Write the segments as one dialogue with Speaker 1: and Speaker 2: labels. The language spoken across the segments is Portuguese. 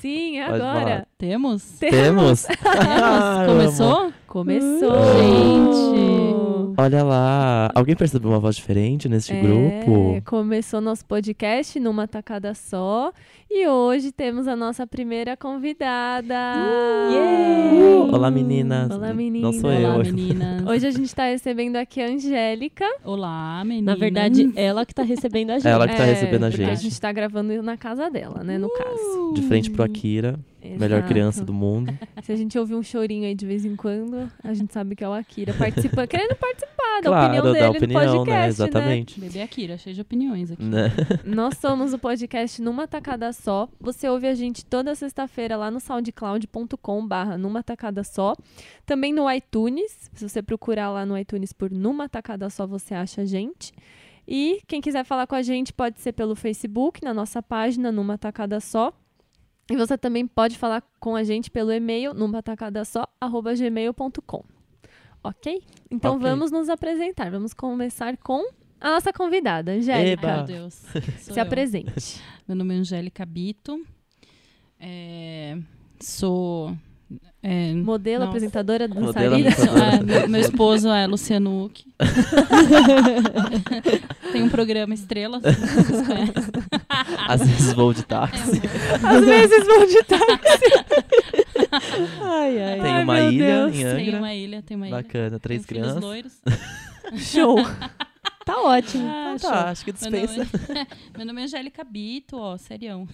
Speaker 1: Sim,
Speaker 2: Pode
Speaker 1: agora.
Speaker 2: falar.
Speaker 3: Temos?
Speaker 2: Temos? Ah, eu amo.
Speaker 3: Começou?
Speaker 1: Começou!
Speaker 4: Uh!
Speaker 3: Gente.
Speaker 2: Olha lá. Alguém percebeu uma voz diferente neste
Speaker 1: É,
Speaker 2: grupo?
Speaker 1: Começou nosso podcast numa tacada só. E hoje temos a nossa primeira convidada.
Speaker 3: Yeah!
Speaker 2: Uh! Olá, meninas.
Speaker 1: Olá,
Speaker 2: Não
Speaker 1: meninas.
Speaker 2: sou
Speaker 3: Olá,
Speaker 2: eu.
Speaker 3: meninas.
Speaker 1: Hoje a gente está recebendo aqui a Angélica.
Speaker 3: Olá, meninas.
Speaker 4: Na verdade, ela que tá recebendo a gente.
Speaker 2: Ela que tá
Speaker 1: É,
Speaker 2: recebendo a
Speaker 1: porque A
Speaker 2: gente.
Speaker 1: gente tá gravando na casa dela, né?
Speaker 4: É.
Speaker 1: No caso.
Speaker 2: De frente pro Akira, melhor
Speaker 1: Exato.
Speaker 2: criança do mundo.
Speaker 1: Se a gente ouvir um chorinho aí de vez em quando, a gente sabe que é o Akira participando, querendo participar Ah, da
Speaker 2: claro,
Speaker 1: opinião dele
Speaker 2: da
Speaker 1: no
Speaker 2: opinião,
Speaker 1: podcast,
Speaker 2: né? Exatamente.
Speaker 3: Uh! Bebê Akira, cheio de opiniões aqui.
Speaker 2: Né?
Speaker 1: Nós somos o podcast Numa Tacada Só. Você ouve a gente toda sexta-feira lá no soundcloud.com barra Numa Tacada Só. Também no iTunes. Se você procurar lá no iTunes por Numa Tacada Só, você acha a gente. E quem quiser falar com a gente pode ser pelo Facebook, na nossa página Numa Tacada Só. E você também pode falar com a gente pelo e-mail numatacadasó@gmail.com. Ok? Então
Speaker 2: Ok.
Speaker 1: vamos nos apresentar. Vamos começar com a nossa convidada,
Speaker 3: Ai,
Speaker 1: Angélica.
Speaker 2: Eba.
Speaker 3: meu Deus. Sou
Speaker 1: Se
Speaker 3: eu.
Speaker 1: apresente.
Speaker 3: Meu nome é Angélica Bito. É, sou. é,
Speaker 1: Modelo,
Speaker 3: Nossa.
Speaker 1: apresentadora,
Speaker 2: Modelo,
Speaker 1: dançarina.
Speaker 3: sou- é, meu, meu esposo é Luciano Huck. Tem um programa Estrela, se vocês conhecem.
Speaker 2: Às vezes vou de táxi.
Speaker 1: Às vezes vão de
Speaker 4: Ai, ai.
Speaker 1: É.
Speaker 2: Tem
Speaker 1: Ai,
Speaker 2: uma
Speaker 1: meu
Speaker 2: ilha
Speaker 1: Deus.
Speaker 2: em
Speaker 3: Tem
Speaker 2: Angra.
Speaker 3: uma ilha, tem uma ilha.
Speaker 2: Bacana,
Speaker 3: Tem
Speaker 2: três
Speaker 3: filhos
Speaker 2: crianças.
Speaker 3: loiros.
Speaker 1: show.
Speaker 4: Tá ótimo.
Speaker 3: Ah,
Speaker 2: Ah,
Speaker 3: show.
Speaker 2: tá, acho que
Speaker 3: Meu nome,
Speaker 2: dispensa.
Speaker 3: é, meu nome é Angélica Bito, ó, serião.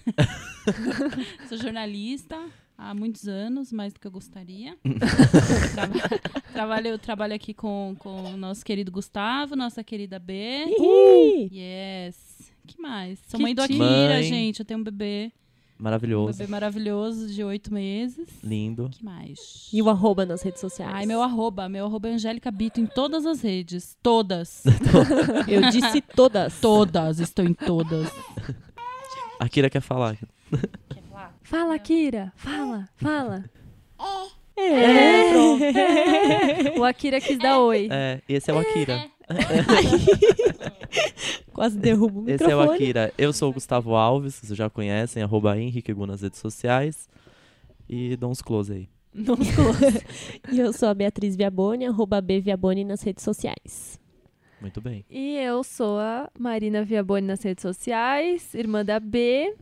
Speaker 3: Sou jornalista há muitos anos, mais do que eu gostaria. Trava- trabalho, eu trabalho aqui com, com o nosso querido Gustavo, nossa querida B.
Speaker 4: Ih,
Speaker 3: Yes. que mais? Sou
Speaker 4: Que
Speaker 3: mãe do
Speaker 4: chique.
Speaker 3: Akira,
Speaker 2: Mãe.
Speaker 3: gente. Eu tenho um bebê. Um
Speaker 2: Maravilhoso,
Speaker 3: bebê maravilhoso de oito meses.
Speaker 2: lindo.
Speaker 3: que mais?
Speaker 4: E o arroba nas redes sociais.
Speaker 3: Ai, meu arroba. Meu arroba é Angélica Bito em todas as redes. Todas.
Speaker 4: Eu disse todas.
Speaker 3: todas. Estou em todas.
Speaker 2: Akira quer falar.
Speaker 1: Fala, Akira. Fala, fala.
Speaker 4: É, pronto.
Speaker 1: É. O Akira quis dar oi.
Speaker 2: É, esse é o Akira.
Speaker 4: Quase derrubo o
Speaker 2: Esse é o
Speaker 4: microfone.
Speaker 2: Akira. Eu sou o Gustavo Alves, vocês já conhecem, arroba Henrique Gu nas redes sociais. E dou uns close aí.
Speaker 1: Não
Speaker 4: e eu sou a Beatriz Viaboni, arroba B Viaboni nas redes sociais.
Speaker 2: Muito bem.
Speaker 1: E eu sou a Marina Viaboni nas redes sociais, irmã da B.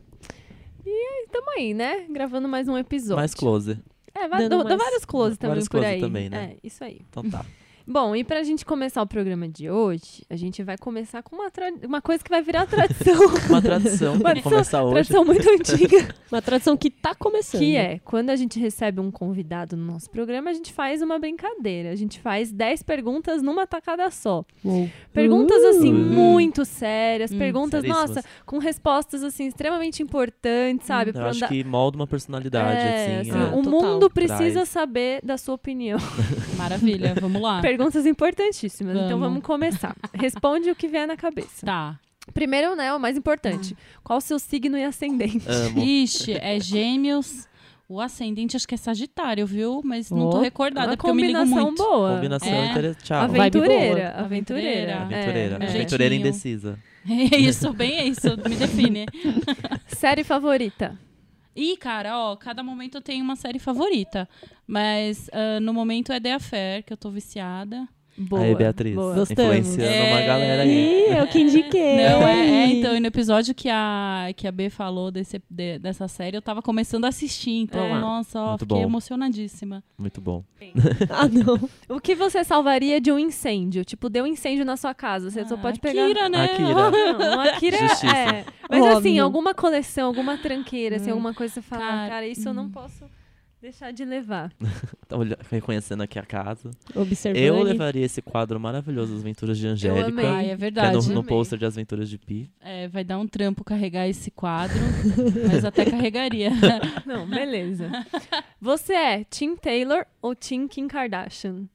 Speaker 1: E tamo aí, né? Gravando mais um episódio.
Speaker 2: Mais close.
Speaker 1: É, vai,
Speaker 4: Dando
Speaker 1: dou, dou
Speaker 4: mais-
Speaker 1: vários close também
Speaker 2: Vários
Speaker 1: por
Speaker 2: close
Speaker 1: aí.
Speaker 2: também, né?
Speaker 1: É, isso aí.
Speaker 2: Então tá.
Speaker 1: Bom, e pra gente começar o programa de hoje, a gente vai começar com uma, tra- uma coisa que vai virar tradição.
Speaker 2: Uma tradição pra
Speaker 1: Tradição-
Speaker 2: começar hoje.
Speaker 1: tradição muito antiga.
Speaker 4: Uma tradição que tá começando.
Speaker 1: Que
Speaker 2: né?
Speaker 1: é, quando a gente recebe um convidado no nosso programa, a gente faz uma brincadeira. A gente faz 10 perguntas numa tacada só. Perguntas, assim,
Speaker 2: Uh.
Speaker 1: muito sérias.
Speaker 3: Hum,
Speaker 1: perguntas,
Speaker 2: seríssimas. Hum,
Speaker 1: nossa, com respostas, assim, extremamente importantes, sabe?
Speaker 2: Eu
Speaker 1: Pra
Speaker 2: acho
Speaker 1: andar-
Speaker 2: que molda uma personalidade,
Speaker 1: É,
Speaker 2: assim.
Speaker 1: assim,
Speaker 2: é.
Speaker 4: Ah,
Speaker 1: o
Speaker 4: total.
Speaker 1: mundo precisa
Speaker 2: Traz.
Speaker 1: saber da sua opinião.
Speaker 3: Maravilha, vamos lá.
Speaker 1: Perguntas importantíssimas. Então
Speaker 3: Ah. Vamos.
Speaker 1: vamos começar. Responde o que vier na cabeça.
Speaker 3: Tá.
Speaker 1: Primeiro, né, o mais importante.
Speaker 3: Ah.
Speaker 1: Qual o seu signo e ascendente?
Speaker 2: Amo.
Speaker 3: Ixi, é gêmeos. O ascendente acho que é Sagitário, viu? Mas não tô
Speaker 4: Ó,
Speaker 3: recordada,
Speaker 1: Uma
Speaker 3: é porque eu me ligo
Speaker 1: combinação
Speaker 3: muito.
Speaker 1: boa.
Speaker 2: Combinação
Speaker 3: É.
Speaker 2: interessante. Tchau.
Speaker 4: Vai-
Speaker 1: Aventureira,
Speaker 4: Vibe
Speaker 1: aventureira.
Speaker 3: Aventureira.
Speaker 2: Aventureira.
Speaker 3: É.
Speaker 2: Aventureira
Speaker 3: Jeitinho.
Speaker 2: indecisa.
Speaker 3: É isso, bem é isso, me define.
Speaker 1: Série favorita.
Speaker 3: Ih, cara, ó, cada momento eu tenho uma série favorita. Mas ah, no momento é The Affair, que eu tô viciada.
Speaker 1: Boa.
Speaker 2: aí, Beatriz.
Speaker 1: boa.
Speaker 4: Gostamos.
Speaker 2: Influenciando uma
Speaker 3: É.
Speaker 2: galera aí.
Speaker 4: Ih, eu que indiquei.
Speaker 3: Não, é, é, então, e no episódio que a, que a B falou desse, de- dessa série, eu tava começando a assistir. Então,
Speaker 4: É.
Speaker 3: nossa, ó,
Speaker 2: Muito
Speaker 3: fiquei
Speaker 2: bom.
Speaker 3: emocionadíssima.
Speaker 2: Muito bom.
Speaker 4: Ah, não.
Speaker 1: O que você salvaria de um incêndio? Tipo, deu um incêndio na sua casa. Você só
Speaker 3: Ah,
Speaker 1: pode pegar.
Speaker 3: Akira, né?
Speaker 2: Akira.
Speaker 1: Não, uma Akira
Speaker 2: Justiça.
Speaker 1: é. Mas assim,
Speaker 4: Óbvio.
Speaker 1: alguma coleção, alguma tranqueira, assim, alguma coisa que você fala, cara,
Speaker 3: Hum. Cara, hum."
Speaker 1: isso eu não posso deixar de levar.
Speaker 2: Tá olha- reconhecendo aqui a casa.
Speaker 4: Observando.
Speaker 2: Eu
Speaker 4: ali.
Speaker 2: levaria esse quadro maravilhoso, As Aventuras de
Speaker 1: Eu
Speaker 2: Angélica.
Speaker 1: amei.
Speaker 3: Ai, é
Speaker 2: Que é
Speaker 3: verdade.
Speaker 2: no, no
Speaker 1: Amei.
Speaker 2: pôster de As Aventuras de Pi.
Speaker 3: É, vai dar um trampo carregar esse quadro, mas até carregaria.
Speaker 1: Não, beleza. Você é Tim Taylor ou Tim Kim Kardashian?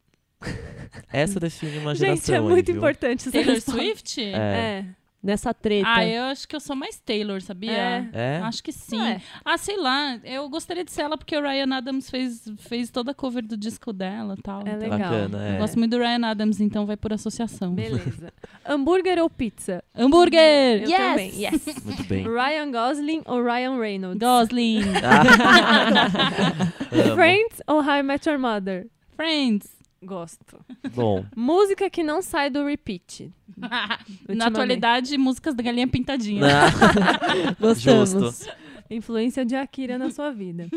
Speaker 2: Essa define uma
Speaker 1: Gente,
Speaker 2: geração.
Speaker 1: é
Speaker 2: aí,
Speaker 1: muito
Speaker 2: viu?
Speaker 1: importante essa
Speaker 3: Taylor
Speaker 1: resposta.
Speaker 3: Swift?
Speaker 2: É.
Speaker 1: É.
Speaker 4: nessa treta?
Speaker 3: Ah, eu acho que eu sou mais Taylor, sabia?
Speaker 1: É.
Speaker 2: É?
Speaker 3: Acho que sim.
Speaker 1: É.
Speaker 3: Ah, sei lá, eu gostaria de ser ela porque o Ryan Adams fez, fez toda a cover do disco dela e tal.
Speaker 1: É
Speaker 3: então.
Speaker 1: legal.
Speaker 2: Bacana, é.
Speaker 3: Eu gosto muito do Ryan Adams, então vai por associação.
Speaker 1: Beleza. Hambúrguer ou pizza?
Speaker 3: Hambúrguer!
Speaker 1: Eu
Speaker 4: Yes!
Speaker 1: também. Yes.
Speaker 2: Muito bem.
Speaker 1: Ryan Gosling ou Ryan Reynolds?
Speaker 3: Gosling!
Speaker 2: Amo.
Speaker 1: Friends ou How I Met Your Mother?
Speaker 3: Friends!
Speaker 1: Gosto.
Speaker 2: Bom,
Speaker 1: Música que não sai do repeat.
Speaker 3: Na atualidade, músicas da Galinha Pintadinha.
Speaker 1: Né?
Speaker 4: Gostamos.
Speaker 2: Justo.
Speaker 1: Influência de Akira na sua vida.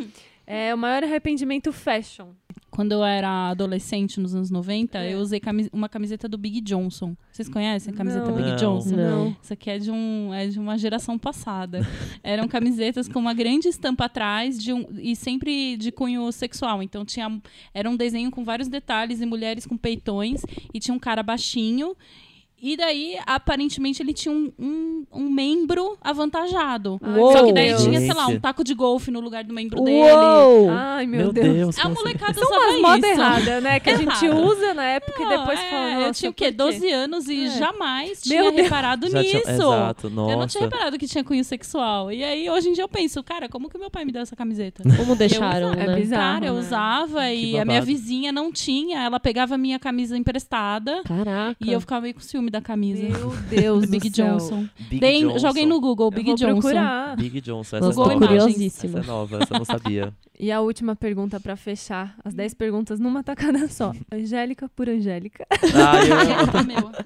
Speaker 1: É o maior arrependimento fashion.
Speaker 3: Quando eu era adolescente, nos anos 90,
Speaker 1: É.
Speaker 3: eu usei camis- uma camiseta do Big Johnson. Vocês conhecem a camiseta
Speaker 1: Não.
Speaker 3: Big
Speaker 2: Não.
Speaker 3: Johnson?
Speaker 4: Não.
Speaker 3: Isso aqui é de, um, é de uma geração passada. Eram camisetas com uma grande estampa atrás de um, e sempre de cunho sexual. Então tinha era um desenho com vários detalhes e mulheres com peitões e tinha um cara baixinho. E daí, aparentemente, ele tinha um, um, um membro avantajado.
Speaker 1: Ai,
Speaker 4: Uou.
Speaker 3: Só que daí
Speaker 1: Deus.
Speaker 3: tinha, sei lá, um
Speaker 2: Gente.
Speaker 3: taco de golfe no lugar do membro dele.
Speaker 4: Uou!
Speaker 1: Ai, meu,
Speaker 2: Oh, Meu
Speaker 1: Deus.
Speaker 2: Deus.
Speaker 3: A
Speaker 2: como assim?
Speaker 3: molecada
Speaker 1: São
Speaker 3: usava
Speaker 1: umas modas
Speaker 3: É isso.
Speaker 1: erradas, né? Que a gente
Speaker 3: Errada.
Speaker 1: usa na época e
Speaker 3: Não,
Speaker 1: depois
Speaker 3: é,
Speaker 1: fala, nossa,
Speaker 3: eu tinha o
Speaker 1: por
Speaker 3: quê? 12 anos e
Speaker 1: É.
Speaker 3: jamais
Speaker 1: Meu
Speaker 3: tinha
Speaker 1: Deus.
Speaker 3: reparado
Speaker 2: Já
Speaker 3: nisso.
Speaker 2: tinha- Exato, nossa.
Speaker 3: Eu não tinha reparado que tinha cunho sexual. E aí, hoje em dia, eu penso, cara, como que meu pai me deu essa camiseta?
Speaker 4: Como deixaram,
Speaker 1: É
Speaker 4: né?
Speaker 1: bizarro,
Speaker 3: cara, eu
Speaker 1: né?
Speaker 3: usava e a
Speaker 2: babado.
Speaker 3: minha vizinha não tinha. Ela pegava a minha camisa emprestada
Speaker 4: Caraca.
Speaker 3: e eu ficava meio com ciúme da camisa.
Speaker 1: Hum. Meu Deus do
Speaker 3: Big
Speaker 1: céu.
Speaker 3: Johnson.
Speaker 2: Big
Speaker 3: Dei-
Speaker 2: Johnson.
Speaker 3: Joguei no Google,
Speaker 1: Eu
Speaker 3: Big
Speaker 1: vou
Speaker 3: Johnson.
Speaker 1: procurar.
Speaker 2: Big Johnson, essa
Speaker 4: Nossa, tô
Speaker 2: é
Speaker 3: Google
Speaker 2: nova.
Speaker 3: Imagens.
Speaker 2: Essa
Speaker 4: curiosíssima.
Speaker 2: é nova, essa eu não sabia.
Speaker 1: E a última pergunta pra fechar as 10 perguntas numa tacada só. Angélica por Angélica.
Speaker 2: Ah, eu-
Speaker 3: Gente, tá meu. Calma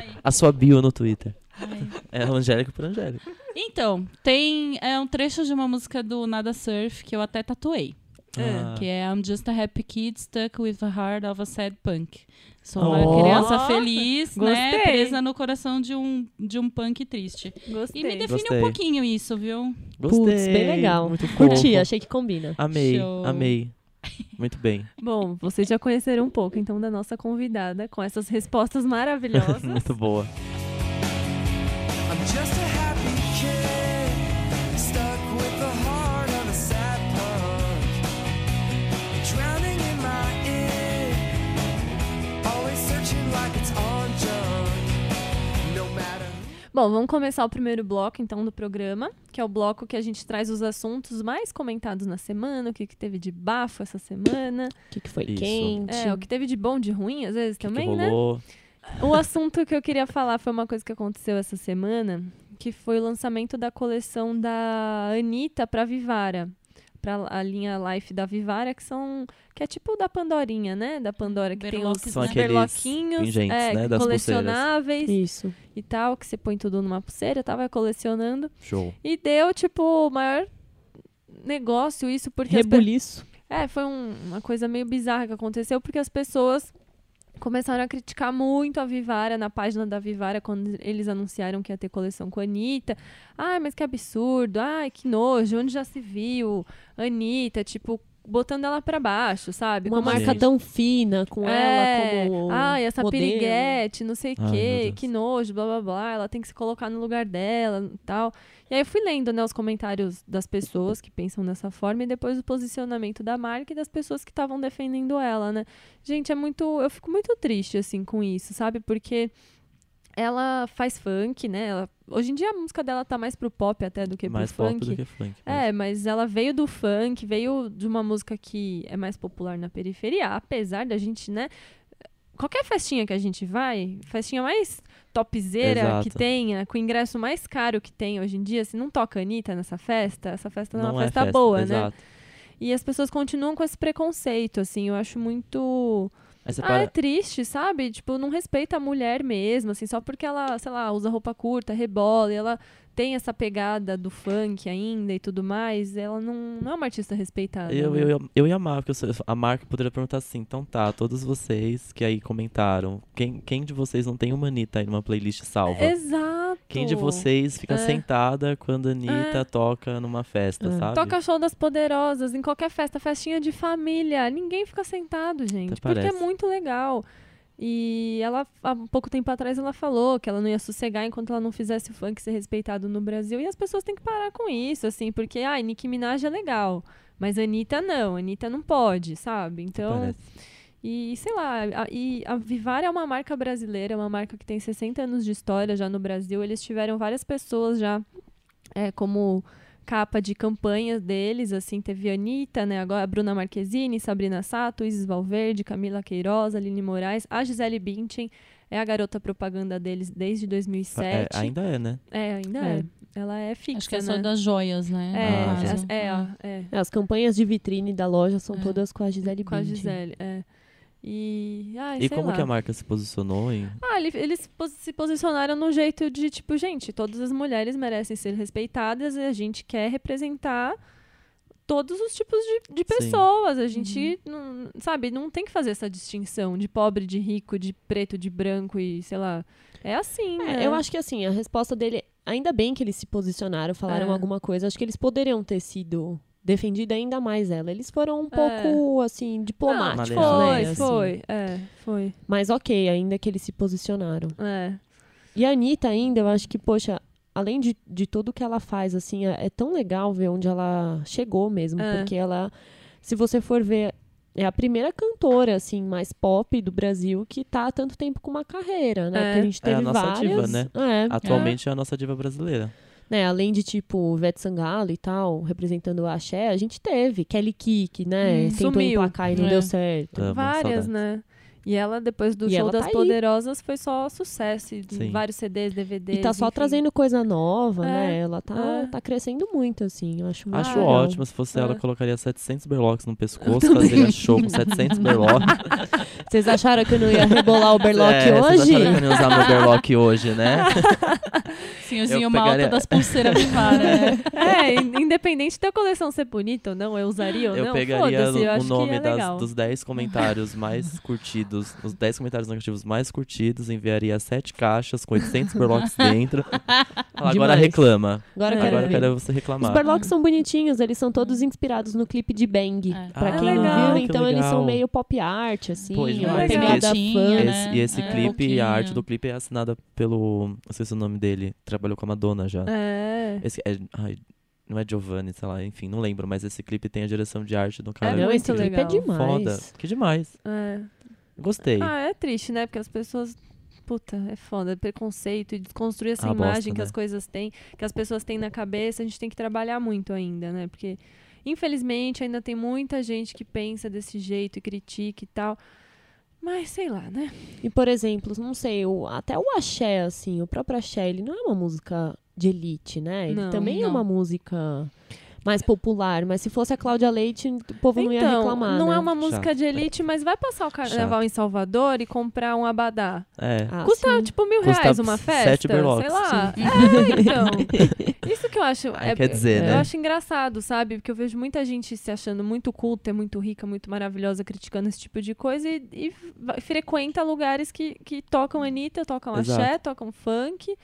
Speaker 3: aí.
Speaker 2: A sua bio no Twitter.
Speaker 3: Ai.
Speaker 2: É Angélica por Angélica.
Speaker 3: Então, tem é, um trecho de uma música do Nada Surf que eu até tatuei.
Speaker 1: É,
Speaker 2: Ah,
Speaker 3: Que é I'm just a happy kid stuck with the heart of a sad punk. Sou
Speaker 2: Oh.
Speaker 3: uma criança
Speaker 1: Nossa,
Speaker 3: feliz, né?
Speaker 1: gostei.
Speaker 3: Presa no coração de um, de um punk triste.
Speaker 1: Gostei.
Speaker 3: E me define
Speaker 2: Gostei.
Speaker 3: um pouquinho isso, viu?
Speaker 2: Gostei.
Speaker 4: Putz, bem legal.
Speaker 2: Muito fofo.
Speaker 4: Curti, achei que combina.
Speaker 2: Amei,
Speaker 3: Show.
Speaker 2: amei. Muito bem.
Speaker 1: Bom, vocês já conheceram um pouco então da nossa convidada com essas respostas maravilhosas.
Speaker 2: Muito boa.
Speaker 5: I'm just a happy kid, stuck with the heart of a sad punk, drowning in my id, always searching like it's on junk, no matter.
Speaker 1: Bom, vamos começar o primeiro bloco então do programa, que é o bloco que a gente traz os assuntos mais comentados na semana, o que, que teve de bafo essa semana,
Speaker 4: O que, que foi
Speaker 2: Isso.
Speaker 4: quente?
Speaker 1: é, o que teve de bom, de ruim, às vezes
Speaker 2: O que, que
Speaker 1: também, né?
Speaker 2: rolou?
Speaker 1: O assunto que eu queria falar foi uma coisa que aconteceu essa semana, que foi o lançamento da coleção da Anitta pra Vivara. Pra a linha Life da Vivara, que são. que é tipo da Pandorinha, né? Da Pandora, que tem
Speaker 3: Berloques,
Speaker 1: os
Speaker 2: São
Speaker 3: né?
Speaker 2: aqueles
Speaker 1: berloquinhos,
Speaker 2: pingentes,
Speaker 1: é,
Speaker 2: né? Das pulseiras.
Speaker 1: colecionáveis
Speaker 4: Isso.
Speaker 1: e tal, que você põe tudo numa pulseira, e tal, vai colecionando.
Speaker 2: Show.
Speaker 1: E deu, tipo, o maior negócio isso, porque as pe-
Speaker 4: Rebuliço.
Speaker 1: é, foi um- uma coisa meio bizarra que aconteceu, porque as pessoas começaram a criticar muito a Vivara na página da Vivara quando eles anunciaram que ia ter coleção com a Anitta. Ai, mas que absurdo, ai, que nojo, onde já se viu? Anitta, tipo, botando ela pra baixo, sabe?
Speaker 4: Uma
Speaker 1: Como
Speaker 4: marca
Speaker 1: assim?
Speaker 4: tão fina, com
Speaker 1: É.
Speaker 4: ela como.
Speaker 1: Ai, essa
Speaker 4: modelo.
Speaker 1: piriguete, não sei o
Speaker 2: Ai, meu
Speaker 1: quê,
Speaker 2: Deus.
Speaker 1: que nojo, blá blá blá. Ela tem que se colocar no lugar dela e tal. E aí eu fui lendo né, os comentários das pessoas que pensam dessa forma e depois o posicionamento da marca e das pessoas que estavam defendendo ela, né? Gente, é muito. Eu fico muito triste, assim, com isso, sabe? Porque. Ela faz funk, né? Ela- hoje em dia a música dela tá mais pro pop até do que pro
Speaker 2: mais
Speaker 1: funk.
Speaker 2: pop do que funk. mas-
Speaker 1: É, mas ela veio do funk, veio de uma música que é mais popular na periferia, apesar da gente, né? Qualquer festinha que a gente vai, festinha mais topzeira
Speaker 2: Exato.
Speaker 1: que tenha, com o ingresso mais caro que tem hoje em dia, se não toca Anitta nessa festa, essa festa não, é uma festa, boa, né?
Speaker 2: exato.
Speaker 1: E as pessoas continuam com esse preconceito, assim, eu acho muito.
Speaker 2: Aí você
Speaker 1: ah,
Speaker 2: para-
Speaker 1: é triste, sabe? Tipo, não respeita a mulher mesmo, assim, só porque ela, sei lá, usa roupa curta, rebola, e ela tem essa pegada do funk ainda e tudo mais, ela não, não é uma artista respeitada.
Speaker 2: Eu,
Speaker 1: né?
Speaker 2: eu, eu, eu ia amar, porque eu sou- a marca poderia perguntar assim, então tá, todos vocês que aí comentaram, quem, quem de vocês não tem uma Anitta aí numa playlist salva?
Speaker 1: Exato.
Speaker 2: Quem de vocês fica
Speaker 1: É.
Speaker 2: sentada quando a Anitta
Speaker 1: É.
Speaker 2: toca numa festa,
Speaker 4: É.
Speaker 2: sabe?
Speaker 1: Toca show das poderosas, em qualquer festa, festinha de família. Ninguém fica sentado, gente.
Speaker 2: Até
Speaker 1: porque é
Speaker 2: parece.
Speaker 1: muito legal. E ela, há pouco tempo atrás, ela falou que ela não ia sossegar enquanto ela não fizesse o funk ser respeitado no Brasil. E as pessoas têm que parar com isso, assim, porque, ai, Nicki Minaj é legal. Mas a Anitta não, a Anitta não pode, sabe? Então,
Speaker 2: Parece.
Speaker 1: E, sei lá, a, e a Vivar é uma marca brasileira, é uma marca que tem 60 anos de história já no Brasil. Eles tiveram várias pessoas já é, como capa de campanhas deles, assim, teve a Anitta, né, agora a Bruna Marquezine, Sabrina Sato, Isis Valverde, Camila Queiroz, Aline Moraes, a Gisele Bündchen, é a garota propaganda deles desde
Speaker 2: Ah, é,
Speaker 1: 2007.
Speaker 2: ainda é, né?
Speaker 1: É, ainda é.
Speaker 4: É.
Speaker 1: Ela é fixa,
Speaker 3: Acho que é
Speaker 1: né?
Speaker 3: só das joias, né?
Speaker 1: É,
Speaker 3: no
Speaker 2: Ah,
Speaker 1: as-
Speaker 3: caso.
Speaker 1: é, ó, é.
Speaker 4: As campanhas de vitrine da loja são
Speaker 3: É.
Speaker 4: todas com a Gisele
Speaker 1: Com a
Speaker 4: Bündchen.
Speaker 1: Gisele, é. E, ai,
Speaker 2: E
Speaker 1: É, sei
Speaker 2: como
Speaker 1: lá.
Speaker 2: que é a marca se posicionou em...
Speaker 1: Ah, ele- eles pos- se posicionaram num jeito de, tipo, gente, todas as mulheres merecem ser respeitadas e a gente quer representar todos os tipos de, de pessoas. A gente,
Speaker 4: Uhum.
Speaker 1: não, sabe, não tem que fazer essa distinção de pobre, de rico, de preto, de branco e, sei lá. É assim,
Speaker 4: É,
Speaker 1: né?
Speaker 4: eu acho que assim, a resposta dele, ainda bem que eles se posicionaram, falaram
Speaker 1: É.
Speaker 4: alguma coisa, acho que eles poderiam ter sido defendido ainda mais ela. Eles foram um
Speaker 1: É.
Speaker 4: pouco assim diplomáticos,
Speaker 1: Foi,
Speaker 4: né?
Speaker 2: Maleável.
Speaker 4: assim.
Speaker 1: foi. É, foi.
Speaker 4: Mas OK, ainda que eles se posicionaram.
Speaker 1: É.
Speaker 4: E a Anitta ainda, eu acho que, poxa, além de, de tudo que ela faz, assim, é, é tão legal ver onde ela chegou mesmo.
Speaker 1: É.
Speaker 4: Porque ela, se você for ver, é a primeira cantora, assim, mais pop do Brasil que tá há tanto tempo com uma carreira, né?
Speaker 1: É.
Speaker 4: Porque a gente
Speaker 2: É a
Speaker 4: teve
Speaker 2: nossa
Speaker 4: várias.
Speaker 2: diva, né?
Speaker 4: É,
Speaker 2: Atualmente é a nossa diva brasileira.
Speaker 4: né? Além de, tipo, Ivete Sangalo e tal, representando o Axé, a gente teve Kelly Kick, né?
Speaker 1: Hum,
Speaker 4: Tentou
Speaker 1: sumiu.
Speaker 4: emplacar e não
Speaker 3: É.
Speaker 4: deu certo.
Speaker 2: Amo,
Speaker 1: Várias,
Speaker 2: saudades.
Speaker 1: né? E ela, depois do
Speaker 4: E
Speaker 1: show
Speaker 4: ela tá
Speaker 1: das
Speaker 4: aí.
Speaker 1: Poderosas, foi só sucesso. e
Speaker 2: Sim.
Speaker 1: Vários CDs, DVDs.
Speaker 4: E tá só
Speaker 1: enfim.
Speaker 4: trazendo coisa nova,
Speaker 1: É.
Speaker 4: né? Ela tá,
Speaker 1: É.
Speaker 4: tá crescendo muito, assim. Eu acho muito
Speaker 2: Acho
Speaker 4: legal.
Speaker 2: ótimo. Se fosse ela,
Speaker 1: É.
Speaker 2: eu colocaria 700 berlocks no pescoço, fazer um show com 700 berlocks.
Speaker 4: Vocês acharam que eu não ia rebolar o berlock
Speaker 2: É, vocês
Speaker 4: hoje?
Speaker 2: acharam que eu não ia usar meu berlock hoje, né?
Speaker 3: Senhorzinho
Speaker 2: Eu
Speaker 3: malta
Speaker 2: pegaria-
Speaker 3: das pulseiras Vivara, né?
Speaker 1: É, in- independente da coleção ser bonita ou não, eu usaria ou
Speaker 2: Eu
Speaker 1: Então, não.
Speaker 2: pegaria
Speaker 1: foda-se, eu
Speaker 2: o
Speaker 1: acho
Speaker 2: nome
Speaker 1: que é
Speaker 2: das-
Speaker 1: legal.
Speaker 2: dos 10 comentários mais curtidos, os 10 comentários negativos mais curtidos, enviaria 7 caixas com 800 berlocks dentro. Fala, agora
Speaker 4: Demais.
Speaker 2: reclama.
Speaker 1: É.
Speaker 4: Agora eu quero
Speaker 2: Agora eu
Speaker 4: ver.
Speaker 2: quero você
Speaker 4: Os
Speaker 2: reclamar.
Speaker 4: Barlocks são bonitinhos, eles são todos inspirados no clipe de Bang.
Speaker 3: É.
Speaker 4: Pra
Speaker 1: Ah,
Speaker 4: quem não
Speaker 1: legal,
Speaker 4: viu,
Speaker 2: que
Speaker 4: então eles são
Speaker 2: legal.
Speaker 4: meio pop art, assim,
Speaker 2: Pois, é
Speaker 4: uma
Speaker 1: mas
Speaker 4: pegada
Speaker 3: esse-
Speaker 4: fã.
Speaker 3: né?
Speaker 2: Esse- e esse
Speaker 3: É,
Speaker 2: clipe,
Speaker 3: pouquinho.
Speaker 2: a arte do clipe é assinada pelo. Não sei se o nome dele. Trabalhou com a Madonna já.
Speaker 1: É.
Speaker 2: Esse, é- ai, não é Giovanni, sei lá, enfim, não lembro, mas esse clipe tem a direção de arte do cara.
Speaker 1: É
Speaker 4: Não,
Speaker 1: muito
Speaker 4: esse clipe é
Speaker 1: legal.
Speaker 4: demais.
Speaker 2: Foda. Que demais.
Speaker 1: é.
Speaker 2: Gostei.
Speaker 1: Ah, é triste, né? Porque as pessoas. Puta, é foda. Preconceito e desconstruir essa
Speaker 2: Ah, bosta,
Speaker 1: imagem que
Speaker 2: né?
Speaker 1: as coisas têm, que as pessoas têm na cabeça, a gente tem que trabalhar muito ainda, né? Porque, infelizmente, ainda tem muita gente que pensa desse jeito e critica e tal. Mas sei lá, né?
Speaker 4: E, por exemplo, não sei, o- até o axé, assim, o próprio axé, ele não é uma música de elite, né? Ele
Speaker 1: Não,
Speaker 4: também é
Speaker 3: não.
Speaker 4: uma música mais popular, mas se fosse a Cláudia Leite, o povo não ia
Speaker 1: então,
Speaker 4: reclamar,
Speaker 1: não
Speaker 4: né?
Speaker 1: é uma música
Speaker 2: Chato. né?
Speaker 1: de elite, mas vai passar o carnaval em Salvador e comprar um abadá.
Speaker 2: É.
Speaker 4: Ah,
Speaker 1: Custa
Speaker 4: sim.
Speaker 1: tipo mil
Speaker 2: Custa
Speaker 1: reais uma festa.
Speaker 2: sete berlocks.
Speaker 1: Sei lá. É, então. Isso que eu acho.
Speaker 2: Ai,
Speaker 1: é-
Speaker 2: quer dizer,
Speaker 1: eu
Speaker 2: né?
Speaker 1: acho engraçado, sabe? Porque eu vejo muita gente se achando muito culta, é muito rica, muito maravilhosa, criticando esse tipo de coisa e, e va- frequenta lugares que, que tocam Anitta, tocam
Speaker 2: Exato.
Speaker 1: axé, tocam funk.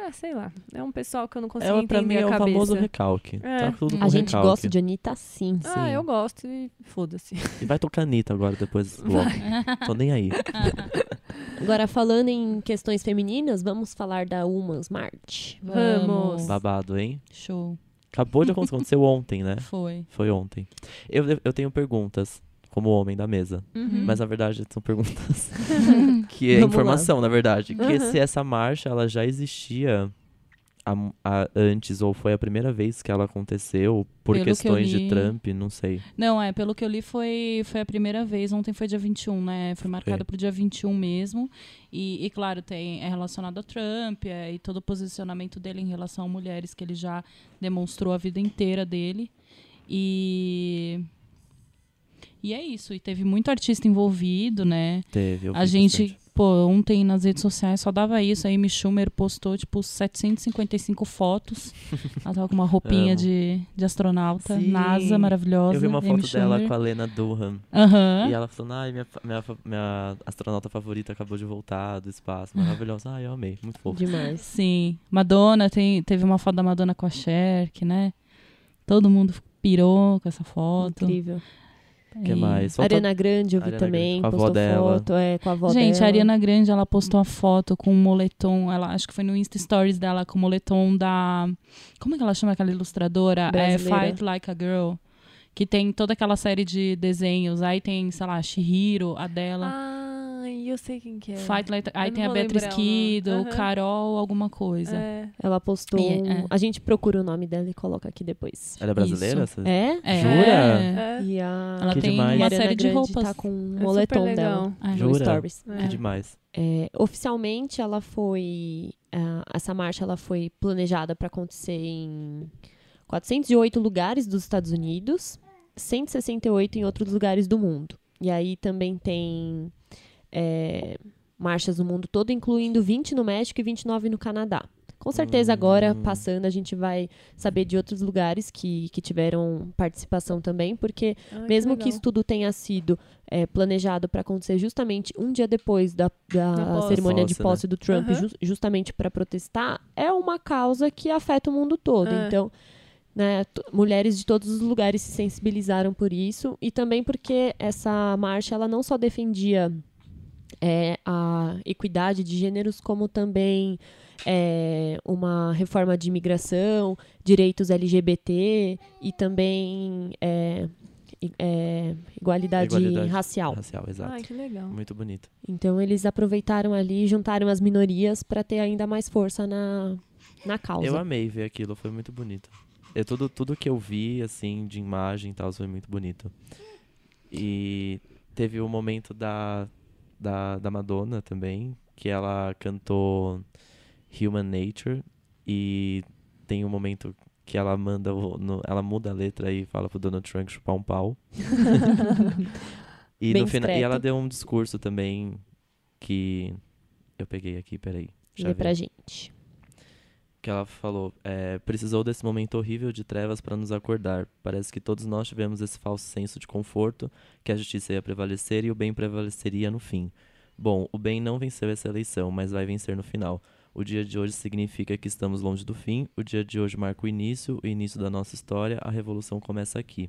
Speaker 1: Ah, sei lá. É um pessoal que eu não consigo
Speaker 2: É, pra
Speaker 1: entender
Speaker 2: mim é
Speaker 1: a
Speaker 2: o
Speaker 1: cabeça.
Speaker 2: famoso recalque.
Speaker 1: É.
Speaker 2: Tá tudo com
Speaker 4: A gente
Speaker 2: recalque.
Speaker 4: gosta de Anitta, sim.
Speaker 1: Ah,
Speaker 2: sim.
Speaker 1: eu gosto e foda-se.
Speaker 2: E vai tocar Anitta agora, depois desse bloco. Tô nem aí.
Speaker 4: Agora, falando em questões femininas, vamos falar da Uma Smart.
Speaker 1: Vamos.
Speaker 2: Babado, hein?
Speaker 3: Show.
Speaker 2: Acabou de acontecer. Aconteceu ontem, né?
Speaker 3: Foi.
Speaker 2: Foi ontem. Eu, eu tenho perguntas, como homem da mesa.
Speaker 3: Hum.
Speaker 1: Uhum.
Speaker 2: Mas na verdade são perguntas que é
Speaker 4: Vamos lá.
Speaker 2: informação, na verdade. Que
Speaker 1: Uhum.
Speaker 2: se essa marcha ela já existia há mu- há antes, ou foi a primeira vez que ela aconteceu, por
Speaker 3: Pelo que eu
Speaker 2: questões
Speaker 3: li.
Speaker 2: de Trump, não sei.
Speaker 3: Não, é, pelo que eu li foi, foi a primeira vez, ontem foi dia 21, né? Foi marcado
Speaker 2: Foi.
Speaker 3: pro dia 21 mesmo. E, e, claro, tem, é relacionado a Trump é, e todo o posicionamento dele em relação a mulheres que ele já demonstrou a vida inteira dele. E. E é isso, e teve muito artista envolvido, né?
Speaker 2: Teve. eu
Speaker 3: A
Speaker 2: vi
Speaker 3: gente,
Speaker 2: bastante.
Speaker 3: pô, ontem nas redes sociais só dava isso. A Amy Schumer postou, tipo, 755 fotos. Ela tava com uma roupinha
Speaker 2: Amo.
Speaker 3: de, de astronauta,
Speaker 2: Sim.
Speaker 3: NASA, maravilhosa.
Speaker 2: Eu vi uma
Speaker 3: Amy
Speaker 2: foto dela
Speaker 3: Schumer.
Speaker 2: com a Lena Durham.
Speaker 3: Aham.
Speaker 2: E ela falando, ai, minha, fa- minha, fa- minha astronauta favorita acabou de voltar do espaço, maravilhosa. Ai, eu amei, muito fofo.
Speaker 4: Demais.
Speaker 3: Sim. Madonna, tem, teve uma foto da Madonna com a Cher, que, né? Todo mundo pirou com essa foto.
Speaker 4: Incrível.
Speaker 2: O que
Speaker 3: E-
Speaker 2: mais? Falta-
Speaker 4: Ariana Grande, eu vi
Speaker 2: Ariana Grande,
Speaker 4: também.
Speaker 2: com a avó
Speaker 4: postou
Speaker 2: dela.
Speaker 4: foto, é, com a avó
Speaker 3: Gente, a
Speaker 4: dela.
Speaker 3: Ariana Grande, ela postou a foto com um moletom, ela acho que foi no Insta Stories dela, com o moletom da. Como é que ela chama aquela ilustradora? É
Speaker 4: Brasileira.
Speaker 3: Fight Like a Girl. Que tem toda aquela série de desenhos. Aí tem, sei lá, Shihiro, Adela.
Speaker 1: Ah, eu sei quem que é.
Speaker 3: Fight Like- Aí
Speaker 1: Eu
Speaker 3: tem
Speaker 1: não vou
Speaker 3: a Beatriz
Speaker 1: lembrar o nome.
Speaker 3: Kido,
Speaker 1: Aham.
Speaker 3: Carol, alguma coisa.
Speaker 1: É.
Speaker 4: Ela postou.
Speaker 3: E-
Speaker 4: um-
Speaker 3: é.
Speaker 4: A gente procura o nome dela e coloca aqui depois.
Speaker 2: Ela é brasileira? Essa...
Speaker 4: É?
Speaker 3: É.
Speaker 2: Jura?
Speaker 1: É.
Speaker 4: E a.
Speaker 3: Ela
Speaker 2: Que
Speaker 3: tem
Speaker 2: demais.
Speaker 4: e a
Speaker 3: uma
Speaker 4: Ariana
Speaker 3: série de
Speaker 4: Grande
Speaker 3: roupas.
Speaker 4: tá com um
Speaker 1: É
Speaker 4: moletom
Speaker 1: super
Speaker 4: dela.
Speaker 1: legal.
Speaker 3: É.
Speaker 4: no
Speaker 2: Jura?
Speaker 4: Stories.
Speaker 1: É.
Speaker 2: Que demais.
Speaker 4: É, oficialmente ela foi ah, essa marcha ela foi planejada para acontecer em 408 lugares dos Estados Unidos, 168 em outros lugares do mundo. E aí também tem é, marchas no mundo todo, incluindo 20 no México e 29 no Canadá. Com certeza agora passando a gente vai saber de outros lugares que, que tiveram participação também, porque
Speaker 1: Ah,
Speaker 4: mesmo que,
Speaker 1: legal.
Speaker 4: isso tudo tenha sido é, planejado para acontecer justamente um dia depois da, da
Speaker 1: Da posse.
Speaker 4: cerimônia de
Speaker 2: Posse,
Speaker 4: posse do Trump,
Speaker 1: Aham.
Speaker 4: ju- justamente para protestar, é uma causa que afeta o mundo todo.
Speaker 1: É.
Speaker 4: Então, né, t- mulheres de todos os lugares se sensibilizaram por isso e também porque essa marcha ela não só defendia é, a equidade de gêneros, como também é, uma reforma de imigração, direitos LGBT e também é, i- é, igualdade,
Speaker 2: Igualdade.
Speaker 4: racial.
Speaker 2: Racial, exato.
Speaker 1: Ai, que legal.
Speaker 2: Muito bonito.
Speaker 4: Então eles aproveitaram ali, juntaram as minorias para ter ainda mais força na, na causa.
Speaker 2: Eu amei ver aquilo, foi muito bonito. Eu, tudo, tudo que eu vi, assim, de imagem e tal, foi muito bonito. E teve o momento da, da, da Madonna também, que ela cantou Human Nature. E tem um momento que ela manda o- no- ela muda a letra e fala pro Donald Trump chupar um pau. e,
Speaker 4: Bem
Speaker 2: no fina- e ela
Speaker 4: discreto.
Speaker 2: deu um discurso também que eu peguei aqui, peraí.
Speaker 4: Vê
Speaker 2: Deixa eu ver
Speaker 4: pra gente.
Speaker 2: que ela falou, é, precisou desse momento horrível de trevas para nos acordar. Parece que todos nós tivemos esse falso senso de conforto, que a justiça ia prevalecer e o bem prevaleceria no fim. Bom, o bem não venceu essa eleição, mas vai vencer no final. O dia de hoje significa que estamos longe do fim, o dia de hoje marca o início, o início da nossa história, a revolução começa aqui.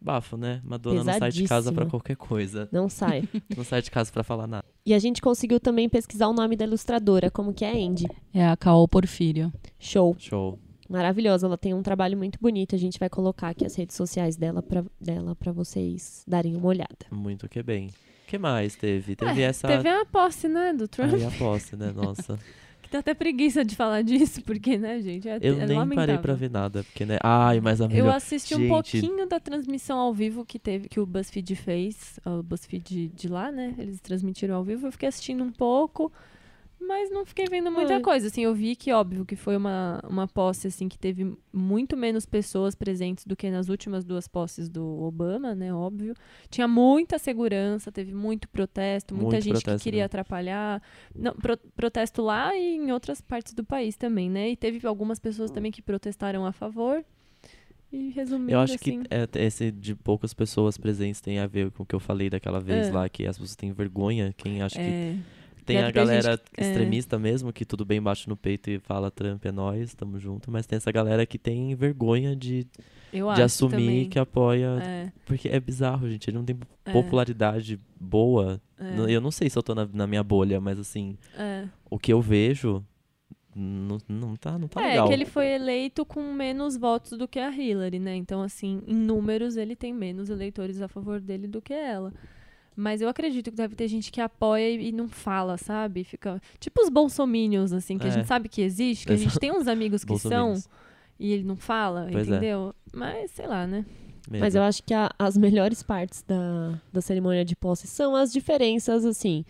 Speaker 2: Bafo, né? Madonna não sai de casa pra
Speaker 4: Pesadíssima.
Speaker 2: qualquer coisa.
Speaker 4: Não sai.
Speaker 2: Não sai de casa pra falar nada.
Speaker 4: e a gente conseguiu também pesquisar o nome da ilustradora, como que é Andy.
Speaker 3: É a Caol Porfírio.
Speaker 4: Show.
Speaker 2: Show.
Speaker 4: Maravilhosa, ela tem um trabalho muito bonito. A gente vai colocar aqui as redes sociais dela pra, dela pra vocês darem uma olhada.
Speaker 2: Muito que bem. que mais teve? Teve essa...
Speaker 1: Teve a posse, né, do Trump.
Speaker 2: Tá. Aí a posse, né? Nossa.
Speaker 1: Que dá até preguiça de falar disso, porque, né, gente? É,
Speaker 2: Eu
Speaker 1: é
Speaker 2: nem
Speaker 1: lamentável.
Speaker 2: parei pra ver nada, porque, né? Ai, mas amiga.
Speaker 1: Eu assisti um
Speaker 2: Gente.
Speaker 1: pouquinho da transmissão ao vivo que teve que o BuzzFeed fez, o BuzzFeed de, de lá, né? Eles transmitiram ao vivo. Eu fiquei assistindo um pouco, mas não fiquei vendo muita
Speaker 4: Ai.
Speaker 1: coisa. Assim, eu vi que óbvio que foi uma, uma posse assim que teve muito menos pessoas presentes do que nas últimas duas posses do Obama, né? Óbvio. Tinha muita segurança, teve muito protesto, muita
Speaker 2: Muito
Speaker 1: gente
Speaker 2: protesto,
Speaker 1: que queria
Speaker 2: né?
Speaker 1: atrapalhar. Não, pro- protesto lá e em outras partes do país também, né? E teve algumas pessoas também que protestaram a favor. E resumindo,
Speaker 2: Eu acho
Speaker 1: assim,
Speaker 2: que é, esse de poucas pessoas presentes tem a ver com o que eu falei daquela vez
Speaker 1: É.
Speaker 2: lá, que as pessoas têm vergonha. Quem acha que.
Speaker 1: é,
Speaker 2: Tem
Speaker 1: deve
Speaker 2: a
Speaker 1: ter gente
Speaker 2: galera
Speaker 1: que- é.
Speaker 2: extremista mesmo, que tudo bem bate no peito e fala Trump é nós, tamo junto. Mas tem essa galera que tem vergonha de,
Speaker 1: eu acho
Speaker 2: de assumir
Speaker 1: também.
Speaker 2: que apoia.
Speaker 1: É,
Speaker 2: Porque é bizarro, gente. Ele não tem
Speaker 1: é,
Speaker 2: popularidade boa.
Speaker 1: é,
Speaker 2: N- Eu não sei se eu tô na, na minha bolha, mas assim,
Speaker 1: é.
Speaker 2: o que eu vejo. Não, não tá, não tá
Speaker 1: É,
Speaker 2: legal.
Speaker 1: que ele foi eleito com menos votos do que a Hillary, né? Então, assim, em números ele tem menos eleitores a favor dele do que ela. Mas eu acredito que deve ter gente que apoia e e não fala, sabe? Fica tipo os bolsominions, assim, que a
Speaker 2: É.
Speaker 1: gente sabe que existe, que a gente tem uns amigos que são
Speaker 2: Bolsominions.
Speaker 1: e ele não fala,
Speaker 2: Pois é.
Speaker 1: entendeu? Mas sei lá, né?
Speaker 4: Mas
Speaker 2: Mesmo.
Speaker 4: eu acho que a- as melhores partes da, da cerimônia de posse são as diferenças, assim,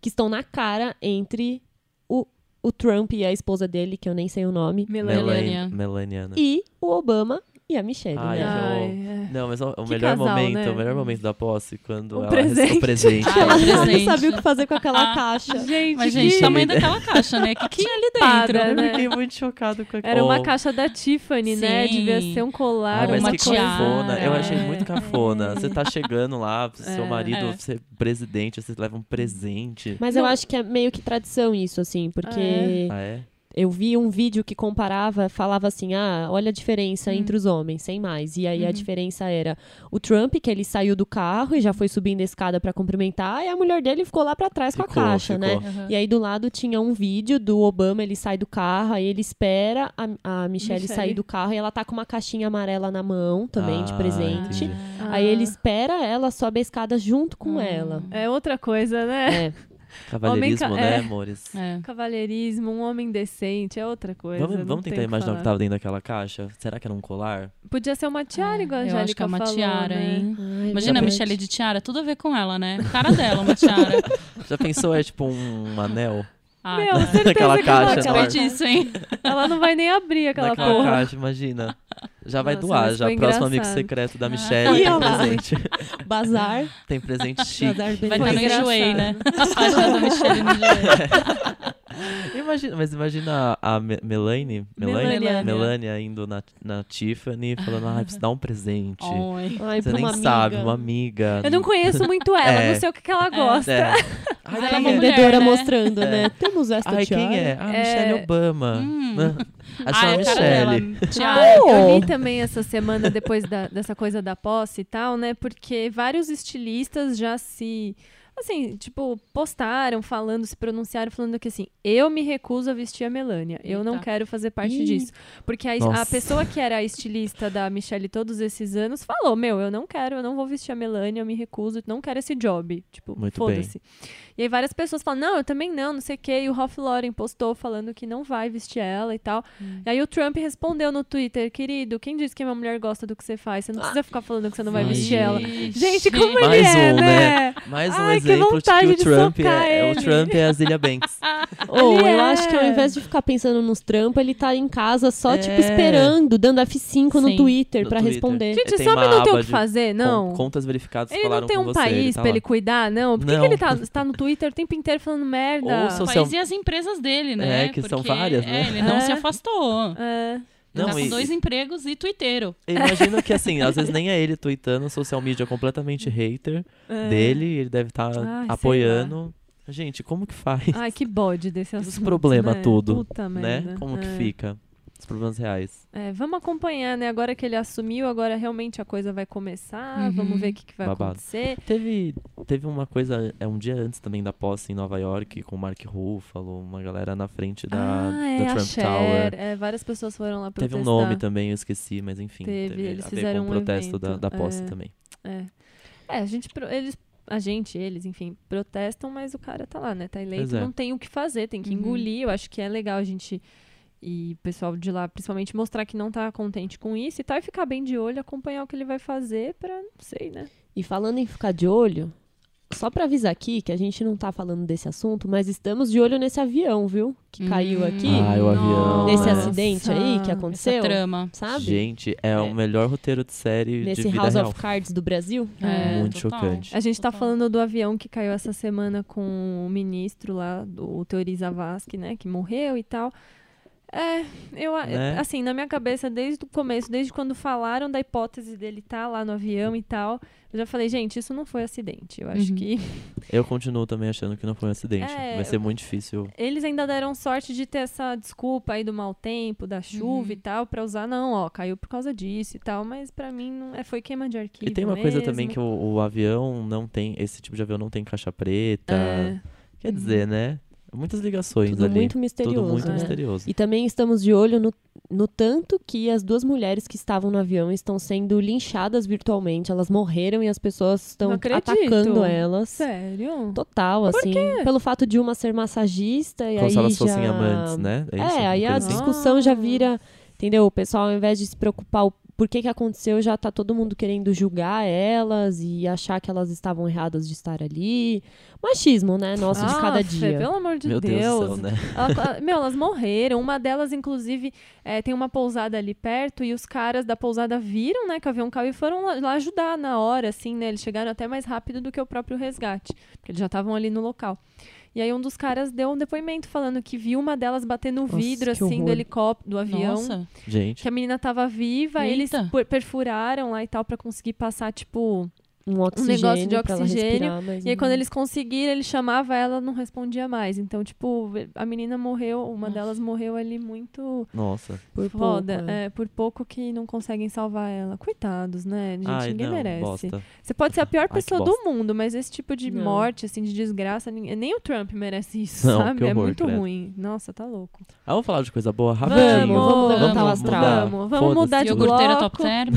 Speaker 4: que estão na cara entre o, o Trump e a esposa dele, que eu nem sei o nome,
Speaker 2: Melania.
Speaker 3: Melania.
Speaker 2: Melania, né?
Speaker 4: e o Obama e a Michelle.
Speaker 2: Ai,
Speaker 4: né?
Speaker 1: Ai, é.
Speaker 2: Não, mas o, o
Speaker 1: Que
Speaker 2: melhor
Speaker 1: casal,
Speaker 2: momento,
Speaker 1: né?
Speaker 2: o melhor momento da posse, quando
Speaker 1: O
Speaker 2: ela
Speaker 1: presente.
Speaker 2: recebe o presente.
Speaker 3: Ah,
Speaker 4: Ela
Speaker 3: é
Speaker 4: não
Speaker 3: presente.
Speaker 4: sabia o que fazer com aquela caixa.
Speaker 1: Gente,
Speaker 3: Mas, gente,
Speaker 1: que
Speaker 3: o tamanho daquela caixa, né? O que tinha ali
Speaker 1: espada,
Speaker 3: dentro?
Speaker 1: né?
Speaker 2: Fiquei muito chocado com aquilo.
Speaker 1: Era uma
Speaker 2: Oh,
Speaker 1: caixa da Tiffany, né?
Speaker 3: Sim.
Speaker 1: Devia ser um
Speaker 2: ah,
Speaker 1: colar,
Speaker 2: mas
Speaker 1: uma
Speaker 2: que
Speaker 1: coisa.
Speaker 3: tiara.
Speaker 2: cafona. Eu achei
Speaker 1: É.
Speaker 2: muito cafona. Você tá chegando lá, seu
Speaker 1: É.
Speaker 2: marido
Speaker 3: É.
Speaker 2: ser presidente, você leva um presente.
Speaker 4: Mas eu acho que é meio que tradição isso, assim, porque
Speaker 1: Ah, é?
Speaker 2: Ah, é?
Speaker 4: Eu vi um vídeo que comparava, falava assim: ah, olha a diferença entre os homens, sem mais. E aí a diferença era o Trump, que ele saiu do carro e já foi subindo a escada pra cumprimentar, e a mulher dele ficou lá pra trás com
Speaker 2: Ficou,
Speaker 4: a caixa, né?
Speaker 2: ficou.
Speaker 3: Aham.
Speaker 4: E aí do lado tinha um vídeo do Obama, ele sai do carro, aí ele espera a, a Michelle,
Speaker 3: Michelle.
Speaker 4: sair do carro e ela tá com uma caixinha amarela na mão também de
Speaker 2: Ah,
Speaker 3: É.
Speaker 4: presente.
Speaker 2: entendi.
Speaker 4: Aí ele espera ela, sobe a escada junto com ela.
Speaker 1: É outra coisa, né?
Speaker 4: É.
Speaker 2: Cavalheirismo,
Speaker 1: Homem ca-
Speaker 2: né,
Speaker 1: é.
Speaker 2: amores?
Speaker 3: É.
Speaker 1: Cavalheirismo, um homem decente, é outra coisa.
Speaker 2: Vamos,
Speaker 1: não
Speaker 2: vamos
Speaker 1: tem
Speaker 2: tentar
Speaker 1: que
Speaker 2: imaginar o que
Speaker 1: falar.
Speaker 2: tava dentro daquela caixa? Será que era um colar?
Speaker 1: Podia ser uma tiara, igual a
Speaker 3: Eu
Speaker 1: Angélica
Speaker 3: acho que é uma
Speaker 1: falou,
Speaker 3: tiara,
Speaker 1: né?
Speaker 3: hein?
Speaker 4: Ai,
Speaker 3: Imagina a
Speaker 4: verdade.
Speaker 3: Michelle de tiara, tudo a ver com ela, né? Cara dela, uma tiara.
Speaker 2: Já pensou, é tipo um anel?
Speaker 3: Ah,
Speaker 1: Meu,
Speaker 3: tá.
Speaker 1: certeza
Speaker 2: Aquela
Speaker 1: que ela-
Speaker 2: caixa,
Speaker 1: aquela-
Speaker 2: amor.
Speaker 3: Desperdício, hein?
Speaker 1: Ela não vai nem abrir aquela
Speaker 2: Naquela
Speaker 1: porra.
Speaker 2: caixa, imagina. Já vai
Speaker 1: Nossa,
Speaker 2: doar,
Speaker 1: mas
Speaker 2: já.
Speaker 1: foi
Speaker 2: Próximo amigo
Speaker 1: engraçado.
Speaker 2: secreto da
Speaker 4: Ah.
Speaker 2: Michelle
Speaker 4: Ih,
Speaker 2: tem
Speaker 4: olha lá.
Speaker 2: presente.
Speaker 4: Bazar.
Speaker 2: Tem presente chique.
Speaker 3: Vai
Speaker 4: Bazar
Speaker 1: Foi
Speaker 3: estar no
Speaker 4: Belém.
Speaker 1: engraçado.
Speaker 3: enjoei, né? A página da Michelle no enjoei.
Speaker 2: Imagina, mas imagina a Me- Melanie, Melanie,
Speaker 1: Melania.
Speaker 2: Melania indo na, na Tiffany falando, ah, preciso dar um presente.
Speaker 3: Oi.
Speaker 4: Ai,
Speaker 2: Você
Speaker 4: pra
Speaker 2: nem
Speaker 4: uma amiga.
Speaker 2: sabe, uma amiga.
Speaker 1: Eu não conheço muito ela,
Speaker 2: É.
Speaker 1: não sei o que, que ela gosta.
Speaker 2: É.
Speaker 3: Mas
Speaker 2: Ai,
Speaker 3: ela
Speaker 4: A
Speaker 3: é
Speaker 2: quem
Speaker 3: uma
Speaker 2: é?
Speaker 3: mulher,
Speaker 4: vendedora
Speaker 3: né?
Speaker 4: mostrando, né? Temos esta
Speaker 2: Ai,
Speaker 4: tiara.
Speaker 2: quem é? Ah,
Speaker 1: É.
Speaker 2: Michelle Obama. Né?
Speaker 3: Hum.
Speaker 2: A senhora
Speaker 3: Ah, é a cara
Speaker 2: Michelle.
Speaker 3: dela.
Speaker 1: Ah,
Speaker 3: Tiara.
Speaker 1: eu vi também essa semana, depois da- dessa coisa da posse e tal, né? Porque vários estilistas já se. Assim, tipo, postaram, falando, se pronunciaram, falando que assim, eu me recuso a vestir a Melania. Eu não
Speaker 3: Eita.
Speaker 1: quero fazer parte
Speaker 4: Ih.
Speaker 1: disso. Porque a, a
Speaker 2: Nossa.
Speaker 1: pessoa que era a estilista da Michelle todos esses anos falou: Meu, eu não quero, eu não vou vestir a Melania, eu me recuso, não quero esse job. Tipo,
Speaker 2: Muito
Speaker 1: foda-se. E aí várias pessoas falam, não, eu também não, não sei o quê. E o Ralph Lauren postou falando que não vai vestir ela e tal. E aí o Trump respondeu no Twitter, querido, quem disse que uma mulher gosta do que você faz? Você não precisa ficar falando que você não vai
Speaker 2: Ai,
Speaker 1: vestir ela.
Speaker 3: gente.
Speaker 1: Gente, como
Speaker 2: Mais
Speaker 1: ele é,
Speaker 2: um, né?
Speaker 1: né?
Speaker 2: Mais um
Speaker 1: Ai, que
Speaker 2: exemplo de que
Speaker 1: vontade
Speaker 2: o
Speaker 1: de
Speaker 2: Trump
Speaker 1: socar
Speaker 2: é, é o
Speaker 1: ele.
Speaker 2: Trump é a Zilia Banks.
Speaker 4: Ou
Speaker 1: Ele
Speaker 4: Oh,
Speaker 1: é.
Speaker 4: eu acho que ao invés de ficar pensando nos trampos, ele tá em casa só, tipo,
Speaker 2: É.
Speaker 4: esperando, dando F5 no
Speaker 3: Sim.
Speaker 4: Twitter
Speaker 2: No
Speaker 4: pra
Speaker 2: Twitter.
Speaker 4: responder.
Speaker 1: Gente,
Speaker 2: Tem
Speaker 1: esse homem
Speaker 2: uma
Speaker 1: não tem o
Speaker 2: aba
Speaker 1: que
Speaker 2: de
Speaker 1: fazer, não.
Speaker 2: Com- contas verificadas
Speaker 1: Ele
Speaker 2: falaram
Speaker 1: não tem
Speaker 2: com
Speaker 1: um
Speaker 2: você.
Speaker 1: país
Speaker 2: tá
Speaker 1: pra ele
Speaker 2: lá.
Speaker 1: cuidar, não? Por que, que
Speaker 2: Não.
Speaker 1: ele tá, tá no Twitter o tempo inteiro falando merda?
Speaker 2: Ou
Speaker 3: O
Speaker 2: social-
Speaker 3: país e as empresas dele, né?
Speaker 2: É, que são
Speaker 3: Porque,
Speaker 2: várias, né?
Speaker 3: É, ele não
Speaker 1: É.
Speaker 3: se afastou.
Speaker 1: É.
Speaker 3: Ele tá
Speaker 2: Não,
Speaker 3: com
Speaker 2: e-
Speaker 3: dois empregos e twitteiro.
Speaker 2: Imagino que assim, às vezes nem é ele tweetando, social media é completamente hater dele, ele deve estar
Speaker 1: É. Ai, sei
Speaker 2: apoiando. Gente, como que faz?
Speaker 1: Ai, que bode desse assunto.
Speaker 2: Os problemas
Speaker 1: né?
Speaker 2: tudo,
Speaker 1: Puta
Speaker 2: né?
Speaker 1: merda.
Speaker 2: Como que
Speaker 1: É.
Speaker 2: fica? Os problemas reais.
Speaker 1: É, vamos acompanhar, né? Agora que ele assumiu, agora realmente a coisa vai começar.
Speaker 3: Uhum.
Speaker 1: Vamos ver o que, que vai
Speaker 2: Babado.
Speaker 1: acontecer.
Speaker 2: Teve, teve uma coisa, é um dia antes também da posse em Nova York, com o Mark Ruffalo, uma galera na frente da,
Speaker 1: ah, é,
Speaker 2: da
Speaker 1: a
Speaker 2: Trump
Speaker 1: Cher.
Speaker 2: Tower.
Speaker 1: É, várias pessoas foram lá protestar.
Speaker 2: Teve um nome também, eu esqueci, mas enfim.
Speaker 1: Teve, eles
Speaker 2: a ver
Speaker 1: fizeram
Speaker 2: com
Speaker 1: um
Speaker 2: o protesto da,
Speaker 1: evento,
Speaker 2: da posse
Speaker 1: é.
Speaker 2: também.
Speaker 1: É, é a gente, pro- eles, a gente, eles, enfim, protestam, mas o cara tá lá, né? Tá
Speaker 2: Pois
Speaker 1: eleito,
Speaker 2: é.
Speaker 1: não tem o que fazer, tem que
Speaker 3: Uhum.
Speaker 1: engolir. Eu acho que é legal a gente e o pessoal de lá, principalmente, mostrar que não tá contente com isso e tal, e ficar bem de olho, acompanhar o que ele vai fazer pra, não sei, né?
Speaker 4: E falando em ficar de olho, só pra avisar aqui que a gente não tá falando desse assunto, mas estamos de olho nesse avião, viu? Que caiu
Speaker 3: Hum.
Speaker 4: aqui,
Speaker 2: Ah, o avião,
Speaker 4: nesse
Speaker 2: né?
Speaker 4: acidente aí
Speaker 1: Essa
Speaker 4: que
Speaker 3: Essa
Speaker 4: aconteceu,
Speaker 3: trama.
Speaker 4: sabe?
Speaker 2: Gente, é,
Speaker 4: É.
Speaker 2: o melhor roteiro de série de
Speaker 4: nesse
Speaker 2: vida
Speaker 4: House
Speaker 2: real.
Speaker 4: of Cards do Brasil.
Speaker 3: É,
Speaker 2: Muito
Speaker 3: total.
Speaker 2: chocante.
Speaker 1: A gente tá
Speaker 3: Total.
Speaker 1: falando do avião que caiu essa semana com o ministro lá, do, o Teori Zavascki, né? Que morreu e tal. É, eu, a-
Speaker 2: Né?
Speaker 1: assim, na minha cabeça, desde o começo, desde quando falaram da hipótese dele estar lá no avião e tal, eu já falei, gente, isso não foi acidente. Eu acho
Speaker 3: Uhum.
Speaker 1: que
Speaker 2: Eu continuo também achando que não foi um acidente.
Speaker 1: É,
Speaker 2: Vai ser muito difícil.
Speaker 1: eles ainda deram sorte de ter essa desculpa aí do mau tempo, da chuva e tal, pra usar, não, ó, caiu por causa disso e tal, mas pra mim não, é, foi queima de
Speaker 2: E
Speaker 1: arquivo.
Speaker 2: tem uma coisa também
Speaker 1: mesmo.
Speaker 2: que o, o avião não tem. Esse tipo de avião não tem caixa preta.
Speaker 1: É.
Speaker 2: Quer dizer, né? Muitas ligações
Speaker 4: Tudo
Speaker 2: ali.
Speaker 4: muito misterioso.
Speaker 2: Tudo muito
Speaker 4: né?
Speaker 2: misterioso.
Speaker 4: E também estamos de olho no, no tanto que as duas mulheres que estavam no avião estão sendo linchadas virtualmente. Elas morreram e as pessoas estão
Speaker 1: Não acredito.
Speaker 4: atacando elas.
Speaker 1: Sério?
Speaker 4: Total, assim. Pelo fato de uma ser massagista e
Speaker 2: Como
Speaker 4: aí
Speaker 2: se elas
Speaker 4: já...
Speaker 2: fossem amantes, né?
Speaker 4: É,
Speaker 2: isso?
Speaker 4: aí
Speaker 2: Uma
Speaker 4: a
Speaker 2: coisa assim?
Speaker 4: discussão já vira, entendeu? O pessoal, ao invés de se preocupar o por que, que aconteceu, já tá todo mundo querendo julgar elas e achar que elas estavam erradas de estar ali. Machismo, né? Nosso de
Speaker 1: Ah,
Speaker 4: cada
Speaker 1: Fê,
Speaker 4: dia.
Speaker 1: Pelo amor de
Speaker 2: Meu Deus, do céu, né?
Speaker 1: Ela- ah, meu, elas morreram. Uma delas, inclusive, é, tem uma pousada ali perto e os caras da pousada viram, né, que o avião caiu e foram lá- lá ajudar na hora, assim, né? Eles chegaram até mais rápido do que o próprio resgate, porque eles já estavam ali no local. E aí um dos caras deu um depoimento falando que viu uma delas bater no
Speaker 4: Nossa,
Speaker 1: vidro,
Speaker 4: que
Speaker 1: assim, do
Speaker 4: horror.
Speaker 1: helicóptero, do avião.
Speaker 3: Nossa.
Speaker 2: Gente,
Speaker 1: Que a menina tava viva, eles
Speaker 3: Eita.
Speaker 1: per- perfuraram lá e tal pra conseguir passar, tipo,
Speaker 4: um oxigênio
Speaker 1: negócio de
Speaker 4: pra ela
Speaker 1: oxigênio,
Speaker 4: respirar, mas
Speaker 1: E aí,
Speaker 4: não-
Speaker 1: quando eles conseguiram, ele chamava ela, não respondia mais. Então, tipo, a menina morreu, uma
Speaker 3: Nossa.
Speaker 1: delas morreu ali muito
Speaker 2: Nossa.
Speaker 4: por pouco,
Speaker 1: foda.
Speaker 4: é.
Speaker 1: é, por pouco que não conseguem salvar ela. Coitados, né? Gente,
Speaker 2: Ai,
Speaker 1: ninguém
Speaker 2: não,
Speaker 1: merece.
Speaker 2: bosta.
Speaker 1: Você pode ser a pior
Speaker 2: que
Speaker 1: pessoa do mundo, mas esse tipo de
Speaker 4: Não.
Speaker 1: morte, assim, de desgraça, ninguém- nem o Trump merece isso,
Speaker 2: Não,
Speaker 1: sabe?
Speaker 2: que
Speaker 1: é
Speaker 2: horror,
Speaker 1: muito
Speaker 2: credo.
Speaker 1: ruim. Nossa, tá louco.
Speaker 2: Ah, vamos falar de coisa boa rapidinho.
Speaker 4: Vamos, vamos levantar o
Speaker 1: vamos
Speaker 4: astral.
Speaker 1: mudar. Vamos mudar Tá de
Speaker 2: Foda-se.
Speaker 1: bloco.
Speaker 3: Iogurteira top term.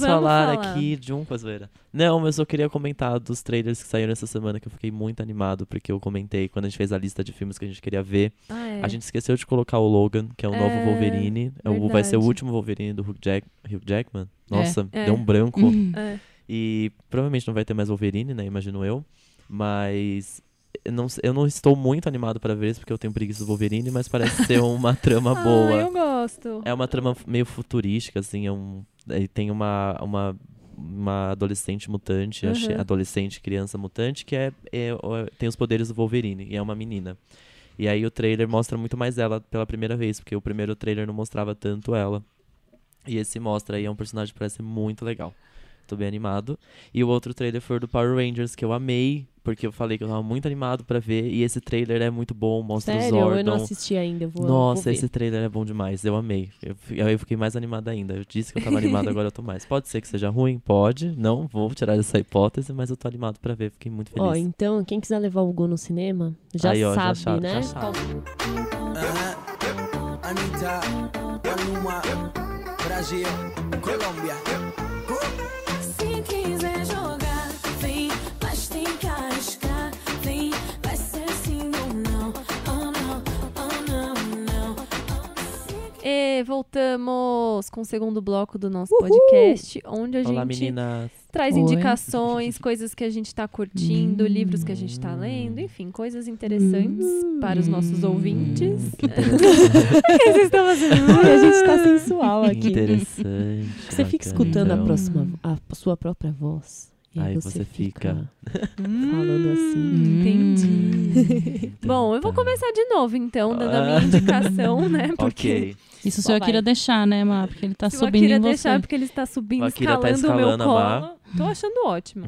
Speaker 1: Vamos
Speaker 2: falar,
Speaker 1: falar.
Speaker 2: aqui de um com a zoeira. Não, eu só queria comentar dos trailers que saíram essa semana, que eu fiquei muito animado, porque eu comentei quando a gente fez a lista de filmes que a gente queria ver.
Speaker 1: Ah, é.
Speaker 2: A gente esqueceu de colocar o Logan, que é o novo
Speaker 1: É,
Speaker 2: Wolverine. É o- vai ser o
Speaker 1: verdade.
Speaker 2: último Wolverine do Hugh, Jack, Hugh Jackman. Nossa,
Speaker 1: É.
Speaker 2: deu um branco.
Speaker 1: É.
Speaker 2: E provavelmente não vai ter mais Wolverine, né? Imagino eu. Mas eu não, eu não estou muito animado para ver isso, porque eu tenho preguiça do Wolverine, mas parece ser uma trama boa.
Speaker 1: Ah, eu gosto.
Speaker 2: É uma trama f- meio futurística, assim, é um. é, tem uma, uma, uma adolescente mutante, acho-
Speaker 1: Uhum.
Speaker 2: adolescente, criança mutante, que é, é- ó, tem os poderes do Wolverine, e é uma menina. E aí o trailer mostra muito mais ela pela primeira vez, porque o primeiro trailer não mostrava tanto ela. E esse mostra aí, é um personagem que parece muito legal. Tô bem animado. E o outro trailer foi o do Power Rangers, que eu amei, porque eu falei que eu tava muito animado pra ver. E esse trailer é muito bom, mostra os
Speaker 4: Sério,
Speaker 2: Zordon.
Speaker 4: eu não assisti ainda, eu vou
Speaker 2: Nossa,
Speaker 4: vou ver.
Speaker 2: esse trailer é bom demais. Eu amei. Eu, fi- eu fiquei mais animado ainda. Eu disse que eu tava animado, agora eu tô mais. Pode ser que seja ruim? Pode. Não vou tirar essa hipótese, mas eu tô animado pra ver. Fiquei muito
Speaker 4: Ó,
Speaker 2: feliz.
Speaker 4: então, quem quiser levar o Gu no cinema, já
Speaker 2: é Aí, ó, já
Speaker 4: sabe,
Speaker 2: sabe,
Speaker 4: né?
Speaker 2: já sabe.
Speaker 5: Uh-huh. Anita, Panuma, Brasil, Colômbia.
Speaker 6: Se quiser jogar, vem, mas tem que arriscar. Vem, vai ser sim ou não. Oh não, oh não, não.
Speaker 1: E voltamos com o segundo bloco do nosso
Speaker 4: Uhul!
Speaker 1: podcast, onde a
Speaker 2: Olá,
Speaker 1: gente
Speaker 2: meninas.
Speaker 1: traz
Speaker 4: Oi. Hum.
Speaker 1: indicações, coisas que a gente tá curtindo, livros que a gente tá lendo, enfim, coisas interessantes
Speaker 4: Hum.
Speaker 1: para os nossos ouvintes.
Speaker 2: Hum, que interessante.
Speaker 1: Vocês estão fazendo
Speaker 4: Ai, a gente tá sensual
Speaker 2: que
Speaker 4: aqui.
Speaker 2: interessante.
Speaker 4: Você fica
Speaker 2: bacana,
Speaker 4: escutando
Speaker 2: então.
Speaker 4: a próxima, a sua própria voz. E aí,
Speaker 2: Aí
Speaker 4: você,
Speaker 2: você
Speaker 4: fica
Speaker 2: fica-
Speaker 4: falando assim.
Speaker 3: Hum.
Speaker 1: Entendi.
Speaker 2: então.
Speaker 1: Bom, eu vou começar de novo, então, dando a minha indicação, né? Porque
Speaker 2: Ah. Ok.
Speaker 3: Isso
Speaker 4: Só
Speaker 3: só eu
Speaker 4: vai.
Speaker 3: queria deixar, né, Má? Porque ele tá
Speaker 1: se o
Speaker 3: subindo
Speaker 1: Akira
Speaker 3: em você.
Speaker 1: deixar, é porque ele está subindo,
Speaker 2: O Akira
Speaker 1: escalando,
Speaker 2: tá
Speaker 1: o meu
Speaker 2: escalando a Mar.
Speaker 1: colo. Tô achando ótimo.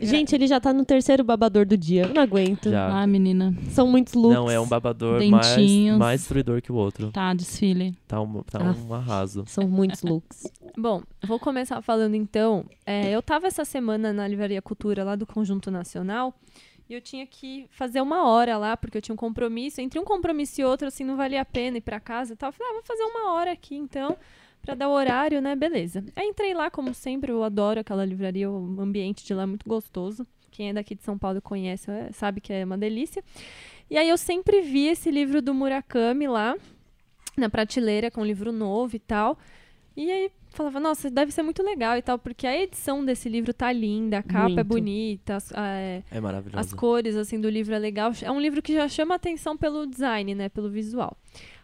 Speaker 4: Gente, ele já tá no terceiro babador do dia. Eu não aguento.
Speaker 2: Já.
Speaker 3: Ah, menina.
Speaker 4: São muitos looks.
Speaker 2: Não, é um babador mais,
Speaker 3: dentinhos.
Speaker 2: mais destruidor que o outro.
Speaker 3: Tá, desfile.
Speaker 2: Tá um, tá
Speaker 4: Ah.
Speaker 2: um arraso.
Speaker 4: São muitos looks.
Speaker 2: É.
Speaker 1: Bom, vou começar falando então. É, eu tava essa semana na Livraria Cultura lá do Conjunto Nacional e eu tinha que fazer uma hora lá, porque eu tinha um compromisso. Entre um compromisso e outro, assim, não valia a pena ir pra casa e tal. Eu falei, ah, vou fazer uma hora aqui então, pra dar o horário, né? Beleza. Aí entrei lá, como sempre, eu adoro aquela livraria, o ambiente de lá é muito gostoso. Quem é daqui de São Paulo conhece, é, sabe que é uma delícia. E aí eu sempre vi esse livro do Murakami lá na prateleira com um livro novo e tal. E aí falava, nossa, deve ser muito legal e tal, porque a edição desse livro tá linda, a capa é
Speaker 4: Muito.
Speaker 1: bonita, as, é,
Speaker 2: É
Speaker 1: as
Speaker 2: maravilhoso.
Speaker 1: cores assim do livro é legal. É um livro que já chama atenção pelo design, né, pelo visual.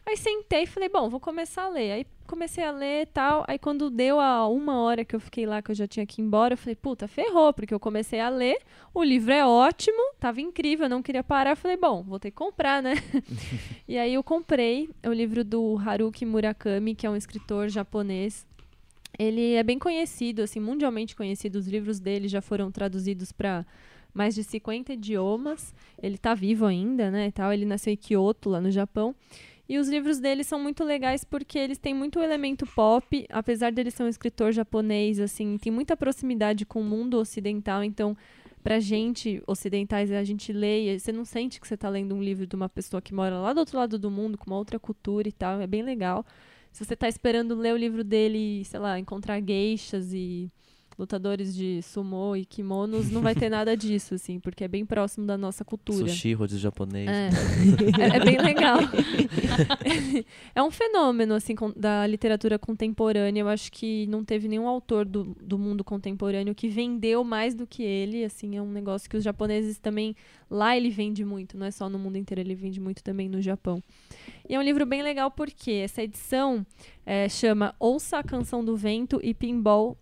Speaker 1: Aí sentei e falei, bom, vou começar a ler. Aí comecei a ler e tal. Aí quando deu a uma hora que eu fiquei lá, que eu já tinha que ir embora, eu falei, puta, ferrou, porque eu comecei a ler, o livro é ótimo, tava incrível, eu não queria parar. Eu falei, bom, vou ter que comprar, né? e aí eu comprei é o livro do Haruki Murakami, que é um escritor japonês. Ele é bem conhecido, assim, mundialmente conhecido. Os livros dele já foram traduzidos para mais de 50 idiomas. Ele tá vivo ainda, né, e tal. Ele nasceu em Kyoto, lá no Japão. E os livros dele são muito legais porque eles têm muito elemento pop, apesar dele ser um escritor japonês, assim, tem muita proximidade com o mundo ocidental, então pra gente, ocidentais, a gente lê e você não sente que você tá lendo um livro de uma pessoa que mora lá do outro lado do mundo, com uma outra cultura e tal, é bem legal. Se você tá esperando ler o livro dele, e, sei lá, encontrar geixas e lutadores de sumô e kimonos, não vai ter nada disso, assim, porque é bem próximo da nossa cultura.
Speaker 2: Sushi, rodízio japonês.
Speaker 1: É. É, é bem legal. é um fenômeno, assim, con- da literatura contemporânea. Eu acho que não teve nenhum autor do, do mundo contemporâneo que vendeu mais do que ele. Assim, é um negócio que os japoneses também... Lá ele vende muito, não é só no mundo inteiro. Ele vende muito também no Japão. E é um livro bem legal porque essa edição eh, chama Ouça a Canção do Vento e Pinball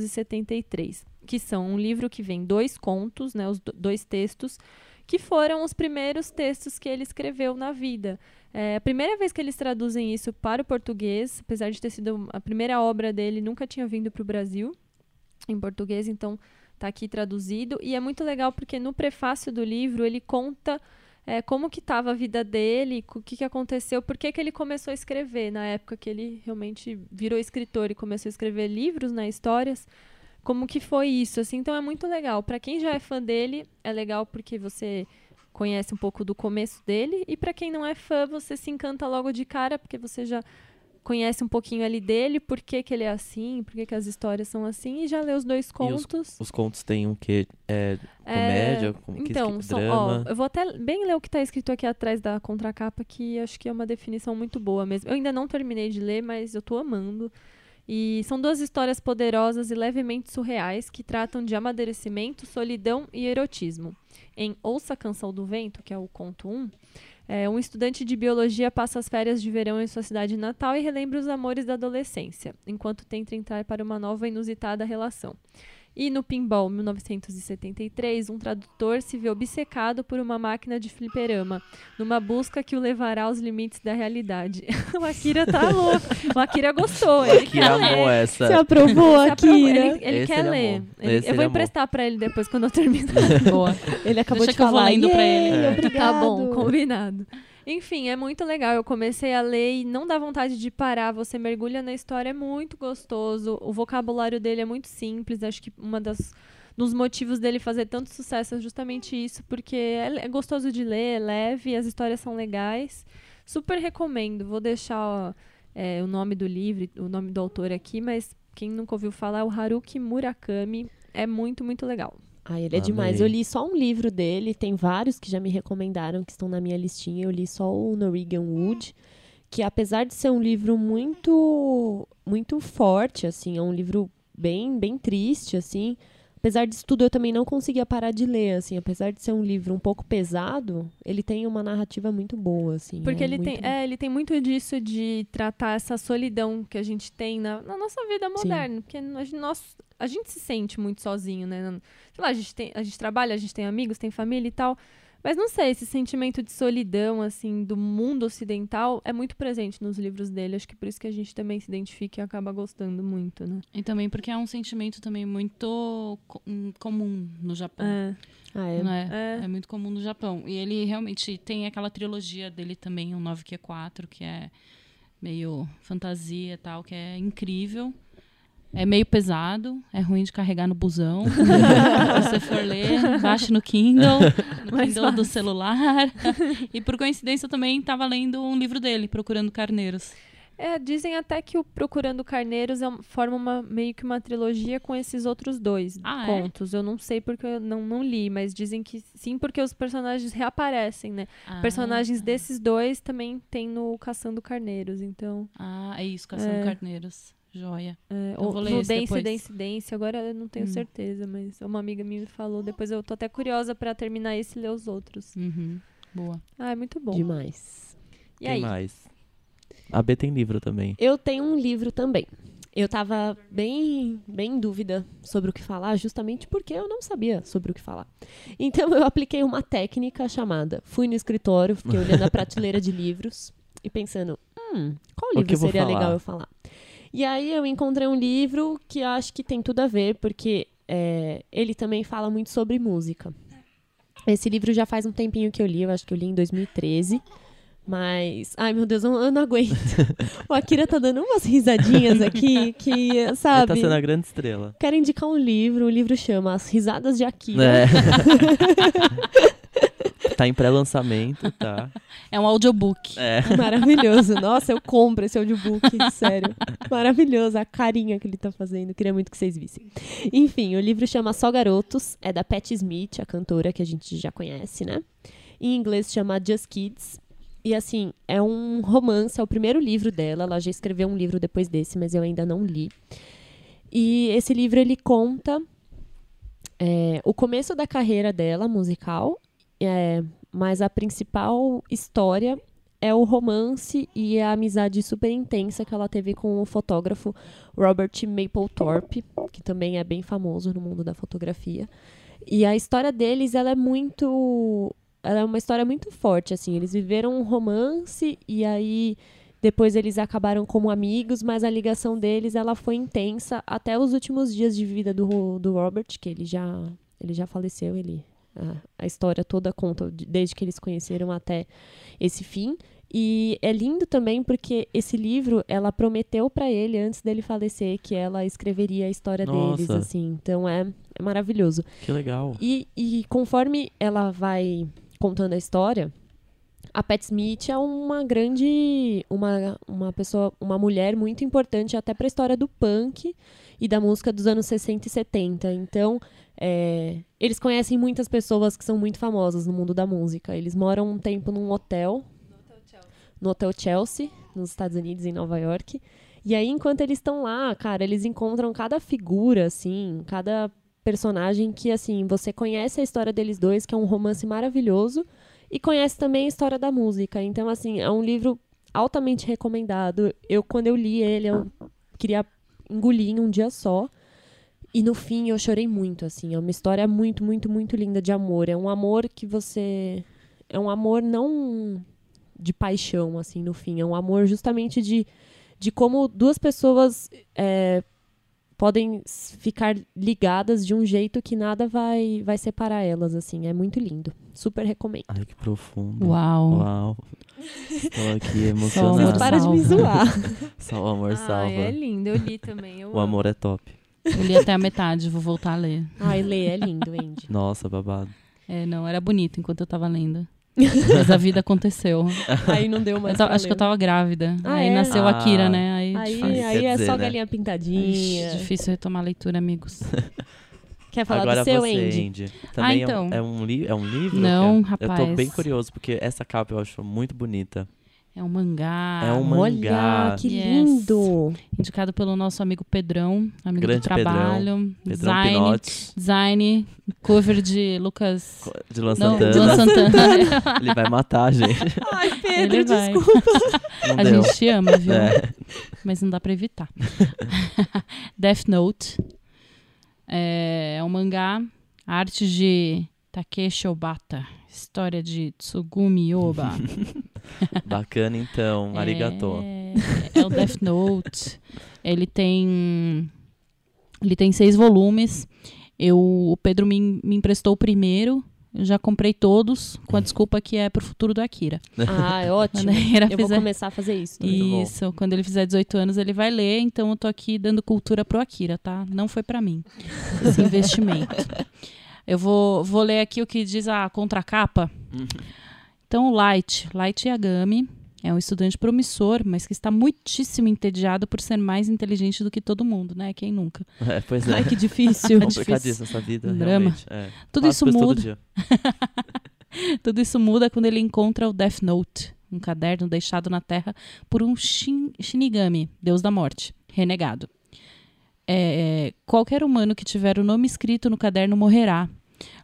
Speaker 1: 1973. Que são um livro que vem dois contos, né, os do- dois textos, que foram os primeiros textos que ele escreveu na vida. É a primeira vez que eles traduzem isso para o português, apesar de ter sido a primeira obra dele, nunca tinha vindo para o Brasil. em português, então tá aqui traduzido. E é muito legal porque no prefácio do livro ele conta é, como que estava a vida dele, co- o que, que aconteceu, por que, que ele começou a escrever na época que ele realmente virou escritor e começou a escrever livros, né, histórias. Como que foi isso, assim? Então é muito legal. Para quem já é fã dele, é legal porque você conhece um pouco do começo dele e para quem não é fã, você se encanta logo de cara porque você já conhece um pouquinho ali dele, por que, que ele é assim, por que, que as histórias são assim e já lê os dois contos.
Speaker 2: Os contos têm um quê? É, comédia? Com, que-
Speaker 1: Então,
Speaker 2: que,
Speaker 1: são-
Speaker 2: drama?
Speaker 1: ó, eu vou até bem ler o que está escrito aqui atrás da contracapa, que acho que é uma definição muito boa mesmo. Eu ainda não terminei de ler, mas eu tô amando. E são duas histórias poderosas e levemente surreais que tratam de amadurecimento, solidão e erotismo. Em Ouça a Canção do Vento, que é o conto 1, é, um estudante de biologia passa as férias de verão em sua cidade natal e relembra os amores da adolescência, enquanto tenta entrar para uma nova e inusitada relação. E no Pinball 1973, um tradutor se vê obcecado por uma máquina de fliperama, numa busca que o levará aos limites da realidade. o Akira tá louco. O Akira gostou. Ele
Speaker 2: que
Speaker 1: quer ler.
Speaker 2: amou
Speaker 4: Você
Speaker 2: essa?
Speaker 4: aprovou
Speaker 1: Ele
Speaker 4: aqui,
Speaker 1: aprova-
Speaker 4: né?
Speaker 1: Ele, ele
Speaker 2: Esse
Speaker 1: quer
Speaker 2: ele
Speaker 1: ler.
Speaker 2: amou.
Speaker 1: Ele- eu
Speaker 2: Esse ele
Speaker 1: vou
Speaker 2: amou.
Speaker 1: emprestar pra ele depois quando eu terminar.
Speaker 4: Boa. Ele acabou
Speaker 3: Deixa
Speaker 4: de
Speaker 3: que eu vou
Speaker 4: falar.
Speaker 3: lendo pra
Speaker 4: "Yay,
Speaker 2: ele." É.
Speaker 1: Tá
Speaker 4: Obrigado.
Speaker 1: bom, combinado. Enfim, é muito legal. Eu comecei a ler e não dá vontade de parar. Você mergulha na história, é muito gostoso. O vocabulário dele é muito simples. Acho que uma das dos motivos dele fazer tanto sucesso é justamente isso, porque é, le- é gostoso de ler, é leve, as histórias são legais. Super recomendo. Vou deixar ó, é, o nome do livro, o nome do autor aqui, mas quem nunca ouviu falar é o Haruki Murakami. É muito, muito legal.
Speaker 4: Ai, ele é
Speaker 2: Amei.
Speaker 4: demais. Eu li só um livro dele, tem vários que já me recomendaram, que estão na minha listinha. Eu li só o Norwegian Wood, que apesar de ser um livro muito muito forte, assim, é um livro bem, bem triste, assim. Apesar disso tudo, eu também não conseguia parar de ler, assim. Apesar de ser um livro um pouco pesado, ele tem uma narrativa muito boa, assim.
Speaker 1: Porque
Speaker 4: é
Speaker 1: ele, tem,
Speaker 4: muito-
Speaker 1: é, ele tem muito disso de tratar essa solidão que a gente tem na, na nossa vida moderna. Porque a gente, nós, a gente se sente muito sozinho, né? Não- Sei lá, a gente, tem, a gente trabalha, a gente tem amigos, tem família e tal. Mas não sei, esse sentimento de solidão, assim, do mundo ocidental é muito presente nos livros dele. Acho que por isso que a gente também se identifica e acaba gostando muito, né?
Speaker 3: E também porque é um sentimento também muito co- hum, comum no Japão.
Speaker 1: É,
Speaker 4: Ah, é.
Speaker 3: Não é?
Speaker 1: é.
Speaker 3: É muito comum no Japão. E ele realmente tem aquela trilogia dele também, o 9Q4, que é meio fantasia e tal, que é incrível. É meio pesado, é ruim de carregar no busão. Se você for ler, baixe no Kindle, no
Speaker 1: Mais
Speaker 3: Kindle do celular. E por coincidência eu também estava lendo um livro dele, Procurando Carneiros.
Speaker 1: É, dizem até que o Procurando Carneiros é um- forma uma, meio que uma trilogia com esses outros dois
Speaker 3: Ah, é?
Speaker 1: contos. Eu não sei porque eu não, não li, mas dizem que sim, porque os personagens reaparecem, né?
Speaker 3: Ah,
Speaker 1: Personagens desses dois também tem no Caçando Carneiros, então.
Speaker 3: Ah, é isso, Caçando
Speaker 1: É.
Speaker 3: Carneiros. Joia.
Speaker 1: É,
Speaker 3: Eu
Speaker 1: ou-
Speaker 3: vou ler
Speaker 1: no
Speaker 3: esse
Speaker 1: Dance,
Speaker 3: depois.
Speaker 1: Dance, Dance, agora eu não tenho
Speaker 3: Hum.
Speaker 1: certeza, mas uma amiga minha me falou. Depois eu tô até curiosa pra terminar esse e ler os outros.
Speaker 3: Uhum. Boa.
Speaker 1: Ah, é muito bom.
Speaker 4: Demais.
Speaker 1: E
Speaker 2: Quem
Speaker 1: aí?
Speaker 2: mais? A B tem livro também.
Speaker 4: Eu tenho um livro também. Eu tava bem, bem em dúvida sobre o que falar, justamente porque eu não sabia sobre o que falar. Então eu apliquei uma técnica chamada fui no escritório, fiquei olhando a prateleira de livros e pensando, hum, qual
Speaker 2: O que
Speaker 4: livro
Speaker 2: eu vou
Speaker 4: seria
Speaker 2: falar?
Speaker 4: legal eu falar? E aí eu encontrei um livro que eu acho que tem tudo a ver, porque é, ele também fala muito sobre música. Esse livro já faz um tempinho que eu li, eu acho que eu li em 2013. Mas, ai meu Deus, eu eu não aguento. o Akira tá dando umas risadinhas aqui que,
Speaker 2: Ele
Speaker 4: sabe?
Speaker 2: tá sendo a grande estrela.
Speaker 4: Quero indicar um livro, o livro chama As Risadas de Akira.
Speaker 2: Né? É. tá em pré-lançamento, tá?
Speaker 3: É um audiobook.
Speaker 2: É.
Speaker 4: Maravilhoso. Nossa, eu compro esse audiobook, sério. Maravilhoso, a carinha que ele tá fazendo. Queria muito que vocês vissem. Enfim, o livro chama Só Garotos, é da Patti Smith, a cantora que a gente já conhece, né? Em inglês chama Just Kids. E assim, é um romance, é o primeiro livro dela. Ela já escreveu um livro depois desse, mas eu ainda não li. E esse livro ele conta é, o começo da carreira dela musical, é, mas a principal história é o romance e a amizade super intensa que ela teve com o fotógrafo Robert Mapplethorpe, que também é bem famoso no mundo da fotografia. E a história deles, ela é muito, ela é uma história muito forte assim. Eles viveram um romance e aí Depois eles acabaram como amigos, mas a ligação deles ela foi intensa até os últimos dias de vida do, Ro- do Robert, que ele já, ele já faleceu, ele a, a história toda conta de- desde que eles se conheceram até esse fim. E é lindo também porque esse livro ela prometeu pra ele antes dele falecer que ela escreveria a história deles
Speaker 2: Nossa.
Speaker 4: assim. Então é, é maravilhoso.
Speaker 2: Que legal.
Speaker 4: E, e conforme ela vai contando a história, a Pat Smith é uma grande, uma, uma pessoa, uma mulher muito importante até para a história do punk e da música dos anos 60 e 70. Então, é, eles conhecem muitas pessoas que são muito famosas no mundo da música. Eles moram um tempo num hotel, no Hotel Chelsea, nos Estados Unidos, em Nova York. E aí, enquanto eles estão lá, cara, eles encontram cada figura, assim, cada personagem que, assim, você conhece a história deles dois, que é um romance maravilhoso, e conhece também a história da música. Então, assim, é um livro altamente recomendado. Eu, quando eu li ele, eu queria engolir em um dia só. E no fim eu chorei muito, assim. É uma história muito, muito, muito linda de amor. É um amor que você. É um amor não de paixão, assim, no fim. É um amor justamente de, de como duas pessoas é, podem s- ficar ligadas de um jeito que nada vai, vai separar elas, assim. É muito lindo. Super recomendo.
Speaker 2: Ai, que profundo.
Speaker 3: Uau.
Speaker 2: Uau. Estou aqui
Speaker 3: Amor
Speaker 4: Vocês
Speaker 2: emocionado.
Speaker 4: para de me
Speaker 3: salva.
Speaker 4: zoar.
Speaker 2: Só o amor
Speaker 1: Ai, é
Speaker 2: salva.
Speaker 1: lindo, eu li também. Eu
Speaker 2: O amor é top.
Speaker 3: Eu li até a metade, vou voltar a ler.
Speaker 4: Ai, Lê, é lindo, Andy.
Speaker 2: Nossa, babado.
Speaker 3: É, não, era bonito enquanto eu tava lendo. Mas a vida aconteceu.
Speaker 4: Aí não deu mais.
Speaker 3: Eu tava-
Speaker 4: pra
Speaker 3: acho que eu
Speaker 4: ler.
Speaker 3: tava grávida.
Speaker 4: Ah,
Speaker 3: aí
Speaker 4: é?
Speaker 3: nasceu a Kira,
Speaker 2: Ah.
Speaker 3: né? Aí,
Speaker 4: Aí,
Speaker 3: difícil.
Speaker 4: aí
Speaker 2: Quer
Speaker 4: é
Speaker 2: dizer,
Speaker 4: só
Speaker 2: né?
Speaker 4: galinha
Speaker 3: Ixi,
Speaker 4: pintadinha.
Speaker 3: difícil retomar a leitura, amigos.
Speaker 4: Quer falar
Speaker 2: Agora
Speaker 4: do seu,
Speaker 2: você,
Speaker 4: Andy?
Speaker 2: Também
Speaker 3: Ah,
Speaker 2: é um-
Speaker 3: então.
Speaker 2: é, um li- é um livro?
Speaker 3: Não,
Speaker 2: Quer- Eu tô
Speaker 3: rapaz.
Speaker 2: bem curioso, porque essa capa eu acho muito bonita.
Speaker 3: É um mangá.
Speaker 2: É um mangá.
Speaker 4: Olha, que
Speaker 3: Yes.
Speaker 4: lindo!
Speaker 3: Indicado pelo nosso amigo Pedrão, amigo
Speaker 2: Grande
Speaker 3: do
Speaker 2: Pedrão
Speaker 3: trabalho. design,
Speaker 2: Pinotti,
Speaker 3: design, cover de Lucas.
Speaker 2: de Luan
Speaker 3: Não,
Speaker 2: Santana.
Speaker 3: Luan Santana.
Speaker 2: Ele vai matar a gente.
Speaker 4: Ai,
Speaker 3: Ele vai.
Speaker 2: Não
Speaker 3: A
Speaker 2: deu.
Speaker 3: gente te ama, viu?
Speaker 2: É.
Speaker 3: Mas não dá pra evitar. Death Note. É, é um mangá. Arte de Takeshi Obata. História de Tsugumi Oba.
Speaker 2: Bacana, então. Arigato.
Speaker 3: É, é o Death Note. Ele tem. Ele tem seis volumes. Eu, o Pedro me, me emprestou o primeiro. Eu já comprei todos, com a desculpa que é pro futuro do Akira.
Speaker 4: Ah, é ótimo.
Speaker 3: Quando a Akira
Speaker 4: Eu vou
Speaker 3: fizer.
Speaker 4: começar a fazer isso. também.
Speaker 2: Muito bom.
Speaker 3: Isso, quando ele fizer 18 anos ele vai ler, então eu tô aqui dando cultura pro Akira, tá? Não foi pra mim esse investimento. Eu vou, vou ler aqui o que diz a contracapa.
Speaker 2: Uhum.
Speaker 3: Então, o Light, Light Yagami, é um estudante promissor, mas que está muitíssimo entediado por ser mais inteligente do que todo mundo, né? Quem nunca?
Speaker 2: É, pois é.
Speaker 4: Ai, que difícil.
Speaker 3: É
Speaker 2: Complicadíssimo essa vida,
Speaker 3: Um drama.
Speaker 2: realmente. É.
Speaker 3: Tudo
Speaker 2: Faço
Speaker 3: isso
Speaker 2: todo
Speaker 3: muda.
Speaker 2: dia.
Speaker 3: Tudo isso muda quando ele encontra o Death Note, um caderno deixado na Terra por um shin- Shinigami, deus da morte, renegado. É, é, qualquer humano que tiver o nome escrito no caderno morrerá.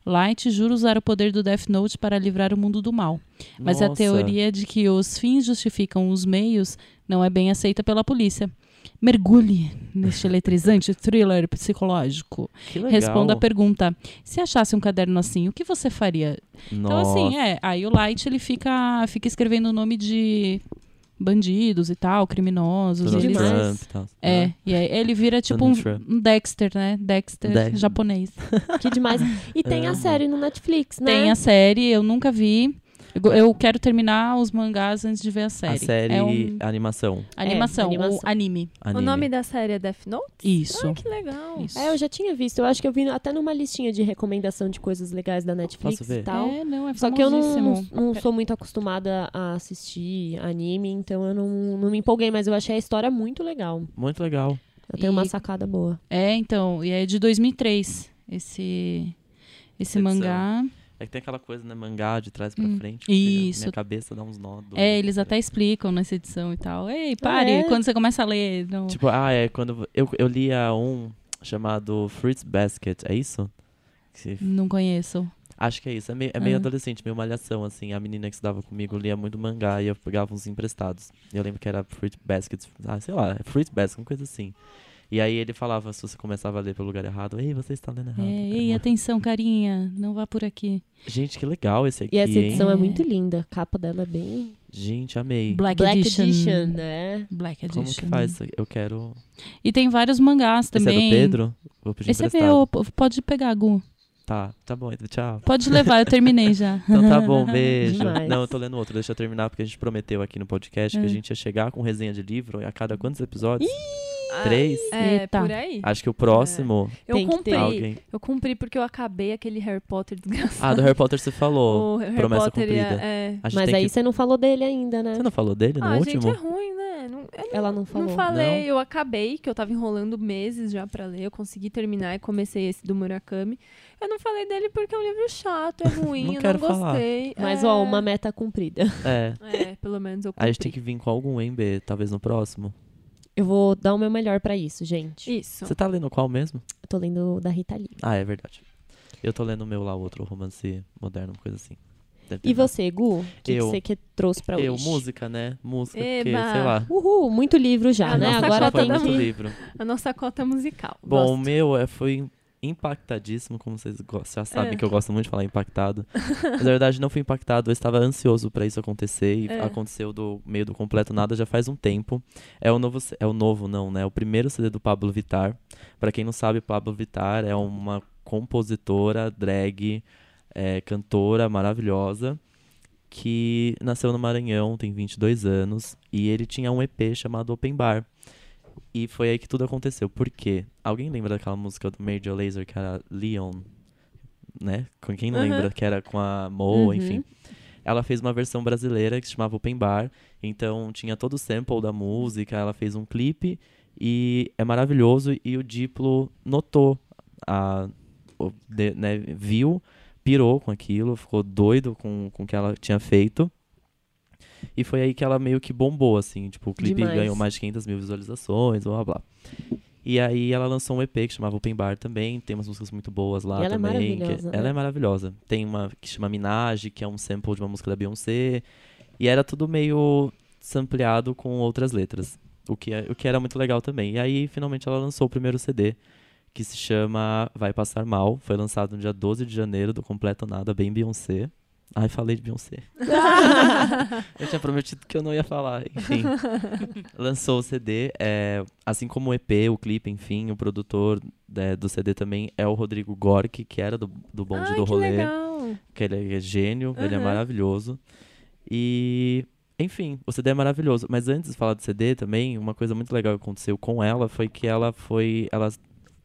Speaker 3: Light jura usar o poder do Death Note para livrar o mundo do mal. Mas a
Speaker 2: Nossa.
Speaker 3: teoria de que os fins justificam os meios não é bem aceita pela polícia. Mergulhe neste eletrizante thriller psicológico.
Speaker 2: Que legal.
Speaker 3: Responda a pergunta: se achasse um caderno assim, o que você faria? Então,
Speaker 2: Nossa.
Speaker 3: assim, é. Aí o Light, ele fica, fica escrevendo o nome de bandidos e tal, criminosos.
Speaker 2: Donald
Speaker 3: eles-
Speaker 4: demais.
Speaker 2: Trump e tal. né?
Speaker 3: É, e aí ele vira tipo um,
Speaker 2: Donald Trump.
Speaker 3: um Dexter, né? Dexter
Speaker 2: Dex-
Speaker 3: japonês.
Speaker 4: Que demais. E tem a
Speaker 2: Amo.
Speaker 4: série no Netflix, né?
Speaker 3: Tem a série, eu nunca vi. Eu, go- eu quero terminar os mangás antes de ver a série.
Speaker 2: A série,
Speaker 3: É um,
Speaker 2: a animação.
Speaker 3: animação,
Speaker 4: animação.
Speaker 3: o anime.
Speaker 1: O
Speaker 2: Anime.
Speaker 1: nome da série é Death Note?
Speaker 3: Isso.
Speaker 1: Ah, que legal.
Speaker 3: Isso.
Speaker 4: É, eu já tinha visto. Eu acho que eu vi até numa listinha de recomendação de coisas legais da Netflix
Speaker 2: Posso ver?
Speaker 4: e tal.
Speaker 3: É, não, é
Speaker 4: Só que eu não,
Speaker 3: famosíssimo.
Speaker 4: não, não sou muito acostumada a assistir anime, então eu não, não me empolguei, mas eu achei a história muito legal.
Speaker 2: Muito legal.
Speaker 4: Eu tenho uma
Speaker 3: E-
Speaker 4: sacada boa.
Speaker 3: É, então, e é de 2003 esse esse
Speaker 2: Edição.
Speaker 3: mangá.
Speaker 2: É que tem aquela coisa, né? Mangá de trás pra
Speaker 3: Hum.
Speaker 2: frente. que fica-
Speaker 3: Isso.
Speaker 2: Minha cabeça dá uns nó. doido. né,
Speaker 3: É, eles até explicam nessa edição e tal. Ei, pare,
Speaker 4: é?
Speaker 3: quando você começa a ler. Não...
Speaker 2: Tipo, ah, é quando. Eu, eu lia um chamado Fruits Basket, é isso? Que-
Speaker 3: Não conheço.
Speaker 2: Acho que é isso. É meio, é meio
Speaker 3: Ah.
Speaker 2: adolescente, meio malhação, assim. A menina que estudava comigo lia muito mangá e eu pegava uns emprestados. Eu lembro que era Fruit Basket, ah, sei lá, Fruit Basket, uma coisa assim. E aí ele falava, se você começava a ler pelo lugar errado, ei, você está lendo
Speaker 3: É,
Speaker 2: errado.
Speaker 3: ei,
Speaker 2: cara."
Speaker 3: atenção, carinha, não vá por aqui.
Speaker 2: Gente, que legal esse aqui,
Speaker 4: E essa edição
Speaker 2: hein?
Speaker 3: É.
Speaker 4: é muito linda. A capa dela é bem.
Speaker 2: Gente, amei.
Speaker 3: Black,
Speaker 4: Black
Speaker 3: Edition.
Speaker 4: Edition, né?
Speaker 3: Black Edition.
Speaker 2: Como que faz isso? aqui? Eu quero...
Speaker 3: E tem vários mangás
Speaker 2: Esse é
Speaker 3: também.
Speaker 2: do Pedro? Vou pedir
Speaker 3: Esse é
Speaker 2: emprestado.
Speaker 3: meu, p- pode pegar, Gu.
Speaker 2: Tá, tá bom, então, tchau.
Speaker 3: Pode levar, eu terminei já.
Speaker 2: Então tá bom, beijo.
Speaker 4: Demais.
Speaker 2: Não, eu tô lendo outro, deixa eu terminar, porque a gente prometeu aqui no podcast que a
Speaker 3: É.
Speaker 2: gente ia chegar com resenha de livro a cada quantos episódios? Três?
Speaker 1: É,
Speaker 3: Eita.
Speaker 1: por aí.
Speaker 2: Acho que o
Speaker 3: é.
Speaker 2: próximo.
Speaker 1: Eu
Speaker 4: Ah, Tem que ter.
Speaker 1: cumpri.
Speaker 2: Alguém.
Speaker 1: Eu cumpri porque eu acabei aquele Harry Potter desgraçado.
Speaker 2: Ah, do Harry Potter você falou.
Speaker 1: o Harry
Speaker 2: promessa
Speaker 1: Potter ia-
Speaker 2: cumprida.
Speaker 1: é.
Speaker 2: A gente
Speaker 4: Mas
Speaker 2: tem
Speaker 4: aí
Speaker 2: que-
Speaker 4: você não falou dele ainda, né?
Speaker 2: Você não falou dele no
Speaker 1: Ah,
Speaker 2: último?
Speaker 1: gente, é ruim, né? Não, eu
Speaker 4: Ela não falou.
Speaker 1: não falei, eu acabei, que eu tava enrolando meses já pra ler, eu consegui terminar e comecei esse do Murakami. Eu não falei dele porque é um livro chato, é ruim,
Speaker 2: Não
Speaker 1: eu
Speaker 2: quero
Speaker 1: não
Speaker 2: falar.
Speaker 1: gostei.
Speaker 4: Mas,
Speaker 1: é...
Speaker 4: ó, uma meta cumprida.
Speaker 2: É.
Speaker 1: É, pelo menos eu
Speaker 2: A
Speaker 1: cumpri.
Speaker 2: gente tem que vir com algum, hein, B? Talvez no próximo.
Speaker 4: Eu vou dar o meu melhor pra isso, gente.
Speaker 1: Isso.
Speaker 2: Você tá lendo qual mesmo?
Speaker 4: Eu tô lendo da Rita Lee.
Speaker 2: Ah, é verdade. Eu tô lendo o meu lá, outro romance moderno, uma coisa assim. Deve ter
Speaker 4: E você, Gu? O que, que
Speaker 2: Eu.
Speaker 4: você que trouxe pra
Speaker 2: Eu,
Speaker 4: hoje?
Speaker 2: música, né? Música, porque,
Speaker 1: Eba.
Speaker 2: sei lá.
Speaker 4: Uhul, muito livro já,
Speaker 1: Ah,
Speaker 4: né?
Speaker 1: nossa,
Speaker 4: Agora
Speaker 1: já
Speaker 2: foi
Speaker 1: tá
Speaker 4: tem
Speaker 1: dando
Speaker 2: muito
Speaker 4: que...
Speaker 2: livro.
Speaker 1: A nossa cota musical.
Speaker 2: Bom, o
Speaker 1: Gosto.
Speaker 2: meu é, foi impactadíssimo, como vocês go- já sabem
Speaker 1: É.
Speaker 2: que eu gosto muito de falar impactado. Mas na verdade não fui impactado, eu estava ansioso pra isso acontecer e
Speaker 1: É.
Speaker 2: aconteceu do meio do completo nada já faz um tempo. É o novo, c- é o novo não, né? É o primeiro CD do Pablo Vittar. Pra quem não sabe, Pablo Vittar é uma compositora, drag, é, cantora maravilhosa que nasceu no Maranhão, tem 22 anos, e ele tinha um EP chamado Open Bar. E foi aí que tudo aconteceu. Por quê? Alguém lembra daquela música do Major Lazer que era Leon? Né? Com quem não
Speaker 1: Aham.
Speaker 2: lembra? Que era com a Mo,
Speaker 4: Uhum.
Speaker 2: enfim. Ela fez uma versão brasileira que se chamava Open Bar. Então tinha todo o sample da música, ela fez um clipe e é maravilhoso. E o Diplo notou, a, o- de- né, viu, pirou com aquilo, ficou doido com, com o que ela tinha feito. E foi aí que ela meio que bombou, assim. Tipo, o clipe
Speaker 4: Demais.
Speaker 2: ganhou mais de 500 mil visualizações, blá blá blá. E aí ela lançou um EP que chamava Open Bar também, tem umas músicas muito boas lá
Speaker 4: E ela é
Speaker 2: também. que-
Speaker 4: maravilhosa,
Speaker 2: Ela
Speaker 4: né?
Speaker 2: é maravilhosa. Tem uma que chama Minaj, que é um sample de uma música da Beyoncé. E era tudo meio sampleado com outras letras. O que, é- o que era muito legal também. E aí, finalmente, ela lançou o primeiro CD, que se chama Vai Passar Mal. Foi lançado no dia 12 de janeiro, do completo nada, bem Beyoncé. Ai, falei de Beyoncé. eu tinha prometido que eu não ia falar, enfim. Lançou o CD, é, assim como o EP, o clipe, enfim, o produtor né, do CD também é o Rodrigo Gork, que era do, do Bonde
Speaker 1: Ai,
Speaker 2: do
Speaker 1: que
Speaker 2: Rolê
Speaker 1: legal.
Speaker 2: que ele é gênio, ele é
Speaker 1: Aham.
Speaker 2: maravilhoso. E, enfim, o CD é maravilhoso. Mas antes de falar do CD também, uma coisa muito legal que aconteceu com ela foi que ela foi, ela,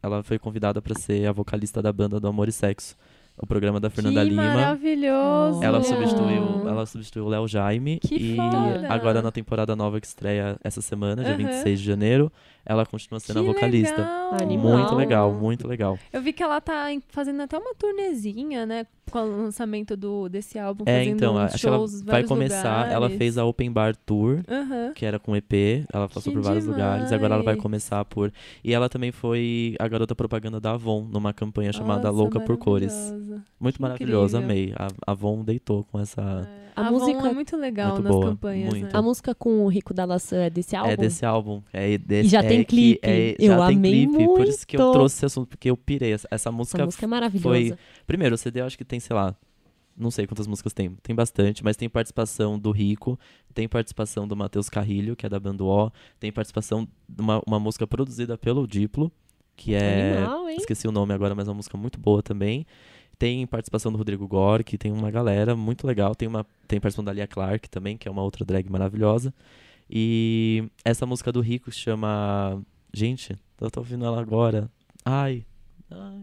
Speaker 2: ela foi convidada para ser a vocalista da banda do Amor e Sexo, o programa da Fernanda
Speaker 1: que
Speaker 2: Lima.
Speaker 1: maravilhoso.
Speaker 2: Ela
Speaker 4: Olha.
Speaker 2: substituiu, ela substituiu o Léo Jaime
Speaker 1: Que
Speaker 2: e
Speaker 1: foda.
Speaker 2: agora na temporada nova que estreia essa semana, dia
Speaker 1: Aham.
Speaker 2: 26 de janeiro, ela continua sendo a
Speaker 1: Que
Speaker 2: vocalista.
Speaker 1: legal.
Speaker 4: Animal.
Speaker 2: Muito legal, muito legal.
Speaker 1: Eu vi que ela tá em- fazendo até uma turnezinha, né? Com o lançamento do, desse álbum.
Speaker 2: É,
Speaker 1: fazendo
Speaker 2: então,
Speaker 1: uns
Speaker 2: acho que ela
Speaker 1: shows,
Speaker 2: vai
Speaker 1: vários
Speaker 2: começar,
Speaker 1: lugares.
Speaker 2: ela fez a Open Bar Tour
Speaker 1: Aham.
Speaker 2: que era com EP, ela passou
Speaker 1: Que
Speaker 2: por vários lugares, e agora ela vai
Speaker 1: demais.
Speaker 2: começar por. E ela também foi a garota propaganda da Avon, numa campanha chamada
Speaker 1: Nossa,
Speaker 2: Louca por Cores.
Speaker 1: maravilhosa.
Speaker 2: Muito
Speaker 1: que
Speaker 2: maravilhosa,
Speaker 1: incrível.
Speaker 2: amei. A a Avon deitou com essa.
Speaker 1: A,
Speaker 4: A
Speaker 1: música
Speaker 4: música-
Speaker 1: é muito legal
Speaker 2: Ah. Muito
Speaker 1: nas
Speaker 2: boa,
Speaker 1: campanhas,
Speaker 2: muito.
Speaker 1: né?
Speaker 4: A música com o Rico da Laçã é desse álbum?
Speaker 2: É desse álbum. É desse,
Speaker 4: E já
Speaker 2: é
Speaker 4: tem
Speaker 2: que-
Speaker 4: clipe.
Speaker 2: é-
Speaker 4: Eu
Speaker 2: já
Speaker 4: amei
Speaker 2: tem clipe. Por isso que eu
Speaker 4: muito.
Speaker 2: trouxe esse assunto, porque eu pirei. Essa, essa
Speaker 4: Essa
Speaker 2: música.
Speaker 4: música é maravilhosa.
Speaker 2: Primeiro, o CD eu acho que tem, sei lá. Não sei quantas músicas tem. Tem bastante, mas tem participação do Rico, tem participação do Matheus Carrilho, que é da Bando O, tem participação de uma, uma música produzida pelo Diplo, que é.
Speaker 4: Animal, hein?
Speaker 2: Esqueci o nome agora, mas é uma música muito boa também. Tem participação do Rodrigo Gork, tem uma galera muito legal. Tem, uma, tem participação da Lia Clark também, que é uma outra drag maravilhosa. E essa música do Rico chama. Gente, eu tô ouvindo ela agora. Ai. Ai.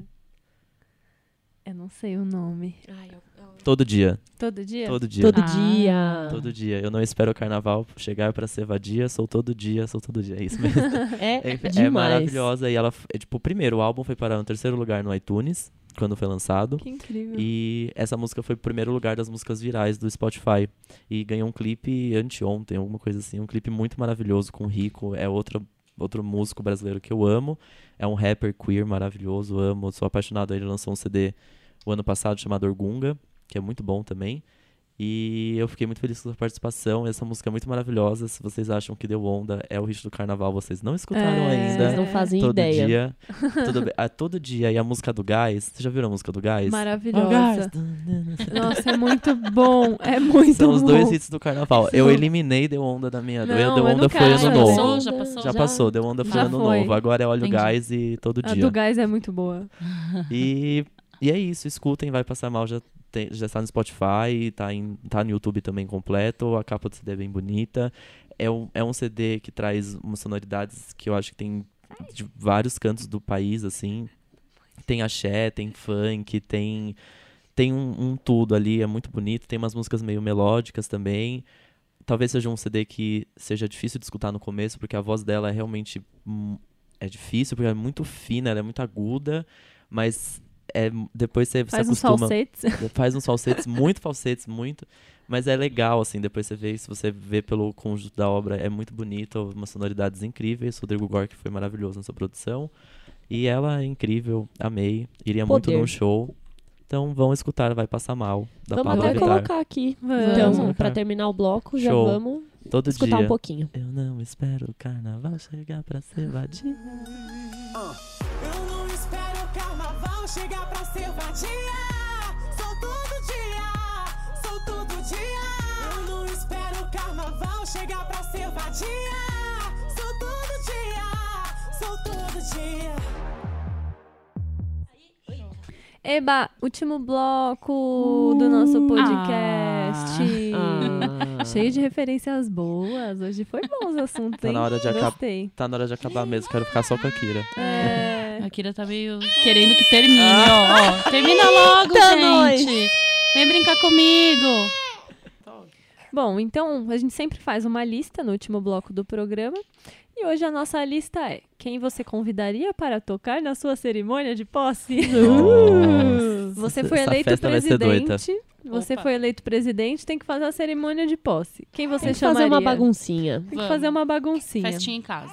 Speaker 1: Eu não sei o nome.
Speaker 4: Ai, eu-
Speaker 2: Todo dia.
Speaker 1: Todo dia?
Speaker 2: Todo dia.
Speaker 4: Todo
Speaker 3: Ah.
Speaker 4: dia.
Speaker 2: Todo dia. Eu não espero o carnaval chegar pra ser vadia, sou todo dia, sou todo dia. É isso mesmo.
Speaker 4: É,
Speaker 2: É,
Speaker 4: demais.
Speaker 2: é maravilhosa. E ela, f- é, tipo, o primeiro o álbum foi parar no terceiro lugar no iTunes, quando foi lançado.
Speaker 1: Que incrível.
Speaker 4: Uhum.
Speaker 2: E essa música foi o primeiro lugar das músicas virais do Spotify. E ganhou um clipe anteontem, alguma coisa assim. Um clipe muito maravilhoso com o Rico. É outra, outro músico brasileiro que eu amo. É um rapper queer maravilhoso, amo, sou apaixonado. Ele lançou um CD o ano passado chamado Orgunga, que é muito bom também. E eu fiquei muito feliz com a participação. Essa música é muito maravilhosa. Se vocês acham que deu onda, é o hit do carnaval, vocês não escutaram
Speaker 1: É,
Speaker 2: ainda.
Speaker 4: Vocês não fazem
Speaker 2: todo
Speaker 4: ideia.
Speaker 2: dia. Todo, bem- ah, todo dia. E a música do Gás. Vocês já viram a música do Gás?
Speaker 1: Maravilhosa. Nossa, é muito bom. É muito
Speaker 2: São
Speaker 1: bom.
Speaker 2: os dois hits do carnaval. Eu eliminei Deu Onda da minha.
Speaker 1: Não,
Speaker 2: eu, Deu
Speaker 1: é do
Speaker 2: Onda foi
Speaker 1: Gás.
Speaker 2: ano
Speaker 1: um Já
Speaker 2: novo.
Speaker 3: passou, já passou.
Speaker 2: Já passou, Deu Onda foi
Speaker 1: Já
Speaker 2: ano
Speaker 1: foi.
Speaker 2: novo. Agora é Olha o
Speaker 3: Entendi.
Speaker 2: Gás e todo
Speaker 1: A
Speaker 2: dia.
Speaker 1: do gás é muito boa.
Speaker 2: E, e é isso, escutem, vai passar mal, já, tem- já está no Spotify, tá, em, tá no YouTube também completo, a capa do CD é bem bonita. É um, é um CD que traz umas sonoridades que eu acho que tem de vários cantos do país, assim. Tem axé, tem funk, tem, tem um, um tudo ali, é muito bonito. Tem umas músicas meio melódicas também. Talvez seja um CD que seja difícil de escutar no começo, porque a voz dela é realmente hum, é difícil, porque ela é muito fina, ela é muito aguda, mas é, depois você, você
Speaker 1: Faz um uns
Speaker 2: acostuma.
Speaker 1: falsetes.
Speaker 2: Faz uns falsetes, muito falsetes, muito. Mas é legal, assim, depois você vê, se você vê pelo conjunto da obra, é muito bonito, umas sonoridades incríveis. Rodrigo Gork foi maravilhoso nessa produção. E ela é incrível, amei. Iria muito
Speaker 4: Poder.
Speaker 2: num show. Então vão escutar, vai passar mal. Da
Speaker 4: Vamos
Speaker 2: Paula
Speaker 4: até
Speaker 2: Vittar.
Speaker 4: colocar aqui.
Speaker 1: Vamos.
Speaker 4: Então,
Speaker 2: tá? colocar.
Speaker 4: pra terminar o bloco, já
Speaker 2: Show.
Speaker 4: vamos
Speaker 2: Todo
Speaker 4: escutar
Speaker 2: dia.
Speaker 4: um pouquinho.
Speaker 2: Eu não espero o carnaval chegar pra ser vadia.
Speaker 7: Eu não espero o carnaval chegar pra ser vadia. Sou todo dia, sou todo dia. Eu não espero o carnaval chegar pra ser vadia. Sou todo dia, sou todo dia.
Speaker 1: Eba, último
Speaker 4: Uh.
Speaker 1: bloco do nosso podcast.
Speaker 4: Ah.
Speaker 1: Cheio de referências boas. Hoje foi bom os assuntos,
Speaker 2: Tá
Speaker 1: hein?
Speaker 2: na hora de acab-
Speaker 1: Gostei.
Speaker 2: Tá na hora de acabar mesmo, quero ficar só com a Kira.
Speaker 1: É...
Speaker 3: A Kira tá meio querendo que termine, ó, ó. Termina logo,
Speaker 4: Eita,
Speaker 3: gente. Vem brincar comigo.
Speaker 1: Bom, então a gente sempre faz uma lista no último bloco do programa. E hoje a nossa lista é quem você convidaria para tocar na sua cerimônia de posse?
Speaker 2: Nossa,
Speaker 1: Você foi
Speaker 2: essa
Speaker 1: eleito
Speaker 2: festa vai ser doida.
Speaker 1: presidente. Você
Speaker 3: Opa.
Speaker 1: foi eleito presidente, tem que fazer a cerimônia de posse. Quem você
Speaker 4: Tem que
Speaker 1: chamaria?
Speaker 4: fazer uma baguncinha.
Speaker 1: Tem que fazer uma baguncinha.
Speaker 3: Festinha em casa.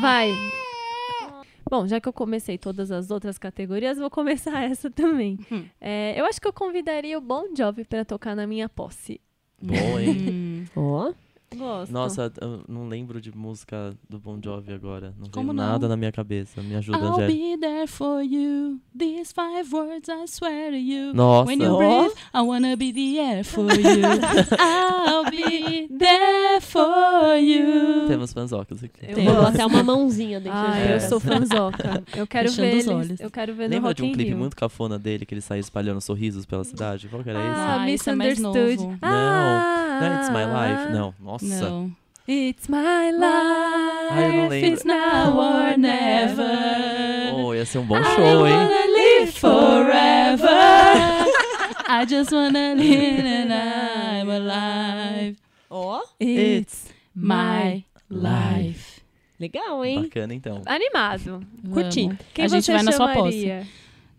Speaker 1: Vai. Bom, já que eu comecei todas as outras categorias, vou começar essa também.
Speaker 3: Hum.
Speaker 1: É, eu acho que eu convidaria o Bon Jovi para tocar na minha posse.
Speaker 2: Bom, hein?
Speaker 3: Hum.
Speaker 4: Ó.
Speaker 1: Gosto.
Speaker 2: Nossa, eu não lembro de música do Bon Jovi agora. Não
Speaker 3: Como
Speaker 2: veio
Speaker 3: não? Ah,
Speaker 2: nada na minha cabeça. Me ajuda,
Speaker 3: I'll
Speaker 2: Angélica.
Speaker 3: be there for you. These five words I swear to you.
Speaker 2: Nossa,
Speaker 3: When you breathe, I wanna be the air for you. I'll be there for you.
Speaker 2: temos fanzocas aqui.
Speaker 1: Eu
Speaker 4: Rolou
Speaker 1: gosto.
Speaker 4: até uma mãozinha dentro
Speaker 1: Ah,
Speaker 4: de
Speaker 1: eu
Speaker 4: casa.
Speaker 1: sou fanzoca. Eu quero
Speaker 3: Fechando
Speaker 1: ver
Speaker 3: os
Speaker 1: eles,
Speaker 3: olhos.
Speaker 1: eu quero ver no
Speaker 2: Lembra
Speaker 1: Rock
Speaker 2: de um
Speaker 1: in
Speaker 2: clipe
Speaker 1: Rio.
Speaker 2: muito cafona dele, que ele saía espalhando sorrisos pela cidade? Qual que era
Speaker 1: Ah,
Speaker 3: Ah, esse é mais
Speaker 1: Misunderstood.
Speaker 3: novo.
Speaker 2: Não,
Speaker 1: Ah,
Speaker 2: esse? Não, It's My Life? Não, nossa.
Speaker 3: Não.
Speaker 1: It's my
Speaker 2: Ah, eu não
Speaker 1: life,
Speaker 2: lembro.
Speaker 1: it's now or never.
Speaker 3: Never.
Speaker 2: Oh, ia ser um bom show,
Speaker 1: I
Speaker 2: hein?
Speaker 1: wanna live forever.
Speaker 3: Forever. I just wanna live and I'm alive.
Speaker 4: Ó,
Speaker 2: Oh.
Speaker 1: It's
Speaker 3: My life.
Speaker 4: legal, hein?
Speaker 2: Bacana, então.
Speaker 1: animado.
Speaker 4: Curti.
Speaker 3: Vamos.
Speaker 1: Quem
Speaker 3: a gente
Speaker 1: você
Speaker 3: vai na sua posse.
Speaker 1: chamaria?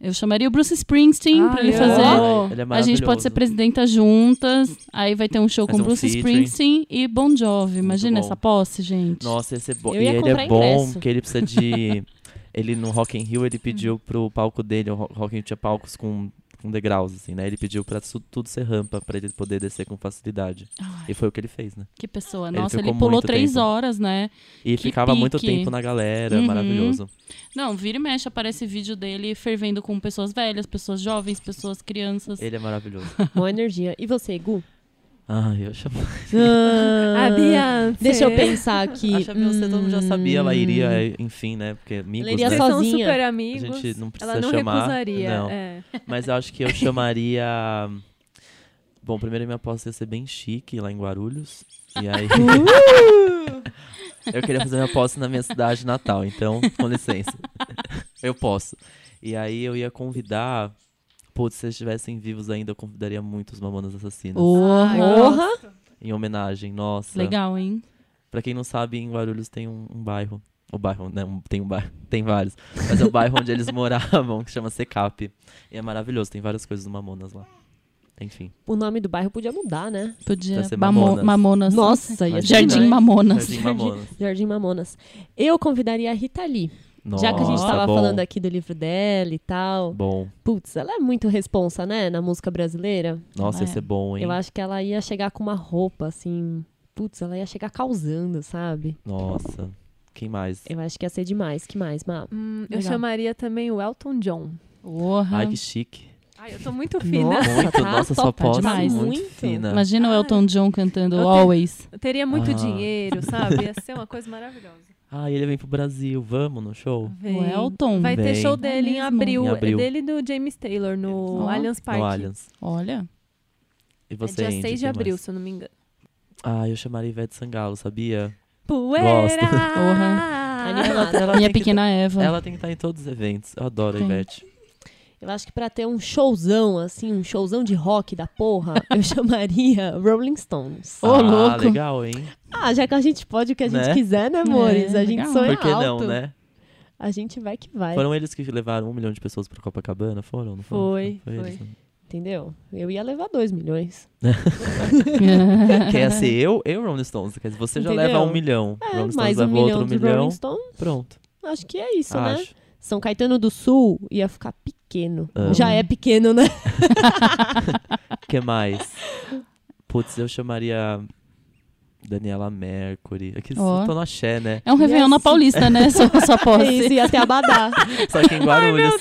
Speaker 3: Eu chamaria o Bruce Springsteen pra
Speaker 1: Ai,
Speaker 3: ele
Speaker 1: Ah, eu
Speaker 3: fazer.
Speaker 1: amo.
Speaker 2: Ó, Ele é
Speaker 3: A gente pode ser presidenta juntas. Aí vai ter um show
Speaker 2: Faz
Speaker 3: com
Speaker 2: um
Speaker 3: Bruce
Speaker 2: featuring.
Speaker 3: Springsteen e Bon Jovi. Imagina
Speaker 2: bom.
Speaker 3: essa posse, gente.
Speaker 2: Nossa, esse é bom.
Speaker 4: Eu
Speaker 2: E
Speaker 4: ia
Speaker 2: ele
Speaker 4: comprar
Speaker 2: é bom
Speaker 4: ingresso.
Speaker 2: porque ele precisa de. ele no Rock in Rio, ele pediu pro palco dele, o Ro- Rock in Rio tinha palcos com, com degraus, assim, né? Ele pediu pra su- tudo ser rampa, pra ele poder descer com facilidade.
Speaker 3: Ai,
Speaker 2: E foi o que ele fez, né?
Speaker 3: que pessoa.
Speaker 2: Ele
Speaker 3: Nossa, ele,
Speaker 2: ficou
Speaker 3: pulou
Speaker 2: muito
Speaker 3: três
Speaker 2: tempo.
Speaker 3: horas, né?
Speaker 2: E
Speaker 3: Que
Speaker 2: ficava muito
Speaker 3: pique.
Speaker 2: tempo na galera,
Speaker 3: Uhum.
Speaker 2: maravilhoso.
Speaker 3: Não, vira e mexe, aparece vídeo dele fervendo com pessoas velhas, pessoas jovens, pessoas crianças.
Speaker 2: Ele é maravilhoso.
Speaker 4: Boa energia. E você, Gu? Ah,
Speaker 2: Ah, eu chamo. Ah,
Speaker 3: Ah,
Speaker 1: A Beyoncé.
Speaker 4: Deixa eu pensar aqui.
Speaker 2: A Beyoncé todo mundo já sabia, ela
Speaker 4: Hum.
Speaker 2: iria, enfim, né? Porque amigos, né?
Speaker 4: iria
Speaker 1: Vocês
Speaker 4: só-
Speaker 1: são
Speaker 4: sozinha.
Speaker 1: super
Speaker 2: A
Speaker 1: amigos.
Speaker 2: gente não precisa
Speaker 1: Ela não
Speaker 2: chamar.
Speaker 1: recusaria.
Speaker 2: Não.
Speaker 1: é.
Speaker 2: Mas eu acho que eu chamaria. Bom, primeiro minha aposta ia ser bem chique lá em Guarulhos. E aí.
Speaker 4: Uh!
Speaker 2: eu queria fazer minha aposta na minha cidade natal, então, com licença. eu posso. E aí eu ia convidar. Putz, se eles estivessem vivos ainda, eu convidaria muito os Mamonas Assassinas.
Speaker 4: Oh. Porra!
Speaker 2: Em homenagem, nossa.
Speaker 3: Legal, hein?
Speaker 2: Pra quem não sabe, em Guarulhos tem um, um bairro. O bairro, né? um- tem um bairro, tem vários. Mas é o bairro onde eles moravam, que chama Secap. E é maravilhoso, tem várias coisas do Mamonas lá. Enfim.
Speaker 4: O nome do bairro podia mudar, né?
Speaker 3: Podia.
Speaker 2: Vai ser
Speaker 3: Bamo-
Speaker 2: Mamonas.
Speaker 3: Mamonas.
Speaker 4: Nossa, ia
Speaker 2: Jardim
Speaker 4: ser
Speaker 3: Jardim
Speaker 4: demais.
Speaker 3: Mamonas.
Speaker 2: Jardim Mamonas.
Speaker 4: Jardim Mamonas. Eu convidaria a Rita Lee Já que a gente
Speaker 2: Nossa,
Speaker 4: tava
Speaker 2: Ah, tá bom,
Speaker 4: falando aqui do livro dela e tal.
Speaker 2: Bom,
Speaker 4: Putz, ela é muito responsa, né? Na música brasileira.
Speaker 2: nossa, ia
Speaker 3: É.
Speaker 2: ser bom, hein?
Speaker 4: Eu acho que ela ia chegar com uma roupa, assim. Putz, ela ia chegar causando, sabe?
Speaker 2: Nossa, quem mais?
Speaker 4: Eu acho que ia ser demais. Que mais, Má?
Speaker 1: Hum, eu
Speaker 3: Legal.
Speaker 1: chamaria também o Elton John.
Speaker 3: Porra.
Speaker 2: Ai, que chique.
Speaker 1: Ai, eu tô muito fina.
Speaker 4: Nossa,
Speaker 2: Muito,
Speaker 4: tá
Speaker 2: nossa, sua
Speaker 4: top, tá
Speaker 2: posse
Speaker 3: demais.
Speaker 2: muito,
Speaker 4: Muito.
Speaker 2: fina.
Speaker 3: Imagina o Elton John cantando
Speaker 1: Eu tenho-
Speaker 3: Always.
Speaker 1: Eu teria muito
Speaker 2: Ah.
Speaker 1: dinheiro, sabe? Ia ser uma coisa maravilhosa.
Speaker 2: Ah, ele vem pro Brasil, vamos no show?
Speaker 3: O Elton.
Speaker 1: Vai ter
Speaker 2: Vem.
Speaker 1: show dele em
Speaker 3: É mesmo?
Speaker 1: abril.
Speaker 2: Em abril.
Speaker 1: É dele e do James Taylor no
Speaker 3: Ó.
Speaker 1: Allianz Park.
Speaker 2: No Allianz.
Speaker 3: Olha.
Speaker 2: E
Speaker 1: É
Speaker 2: você,
Speaker 1: dia
Speaker 2: Andy,
Speaker 1: 6 de
Speaker 2: quem
Speaker 1: abril,
Speaker 2: mais?
Speaker 1: se eu não me engano.
Speaker 2: Ah, eu chamaria Ivete Sangalo, sabia?
Speaker 1: Poeira!
Speaker 4: Animada.
Speaker 2: Ela
Speaker 3: Minha
Speaker 2: tem que-
Speaker 3: pequena Eva.
Speaker 2: Ela tem que estar em todos os eventos. Eu adoro a
Speaker 3: Sim.
Speaker 2: Ivete.
Speaker 4: Eu acho que pra ter um showzão, assim, um showzão de rock da porra, eu chamaria Rolling Stones.
Speaker 3: Ô,
Speaker 2: ah,
Speaker 3: louco.
Speaker 2: legal, hein?
Speaker 4: Ah, já que a gente pode o que a gente
Speaker 2: Né?
Speaker 4: quiser, né, amores?
Speaker 3: É,
Speaker 4: a gente
Speaker 3: legal.
Speaker 4: sonha
Speaker 2: Por que
Speaker 4: alto. É.
Speaker 2: não, né?
Speaker 4: A gente vai que vai,
Speaker 2: Foram eles que levaram um milhão de pessoas pra Copacabana? Foram, não foram?
Speaker 1: Foi, foi.
Speaker 2: eles, né?
Speaker 4: entendeu? Eu ia levar 2 milhões.
Speaker 2: Quer ser é assim, eu? Eu, Rolling Stones. Quer dizer, você já leva
Speaker 4: Entendeu?
Speaker 2: um milhão.
Speaker 4: É,
Speaker 2: Rolling Stones
Speaker 4: mais um
Speaker 2: leva
Speaker 4: milhão
Speaker 2: outro
Speaker 4: de
Speaker 2: milhão.
Speaker 4: Rolling Stones.
Speaker 2: Pronto,
Speaker 4: Acho que é isso, né?
Speaker 2: acho.
Speaker 4: São Caetano do Sul ia ficar pequeno.
Speaker 2: Amo.
Speaker 4: Já é pequeno, né?
Speaker 2: O que mais? Putz, eu chamaria Daniela Mercury. Aqui
Speaker 3: Ó.
Speaker 2: eu tô no axé, né?
Speaker 3: É um Réveillon na
Speaker 4: Yes.
Speaker 3: Paulista, né? Sua, sua
Speaker 4: É
Speaker 3: posse.
Speaker 4: isso, ia até abadar.
Speaker 2: Só que em Guarulhos.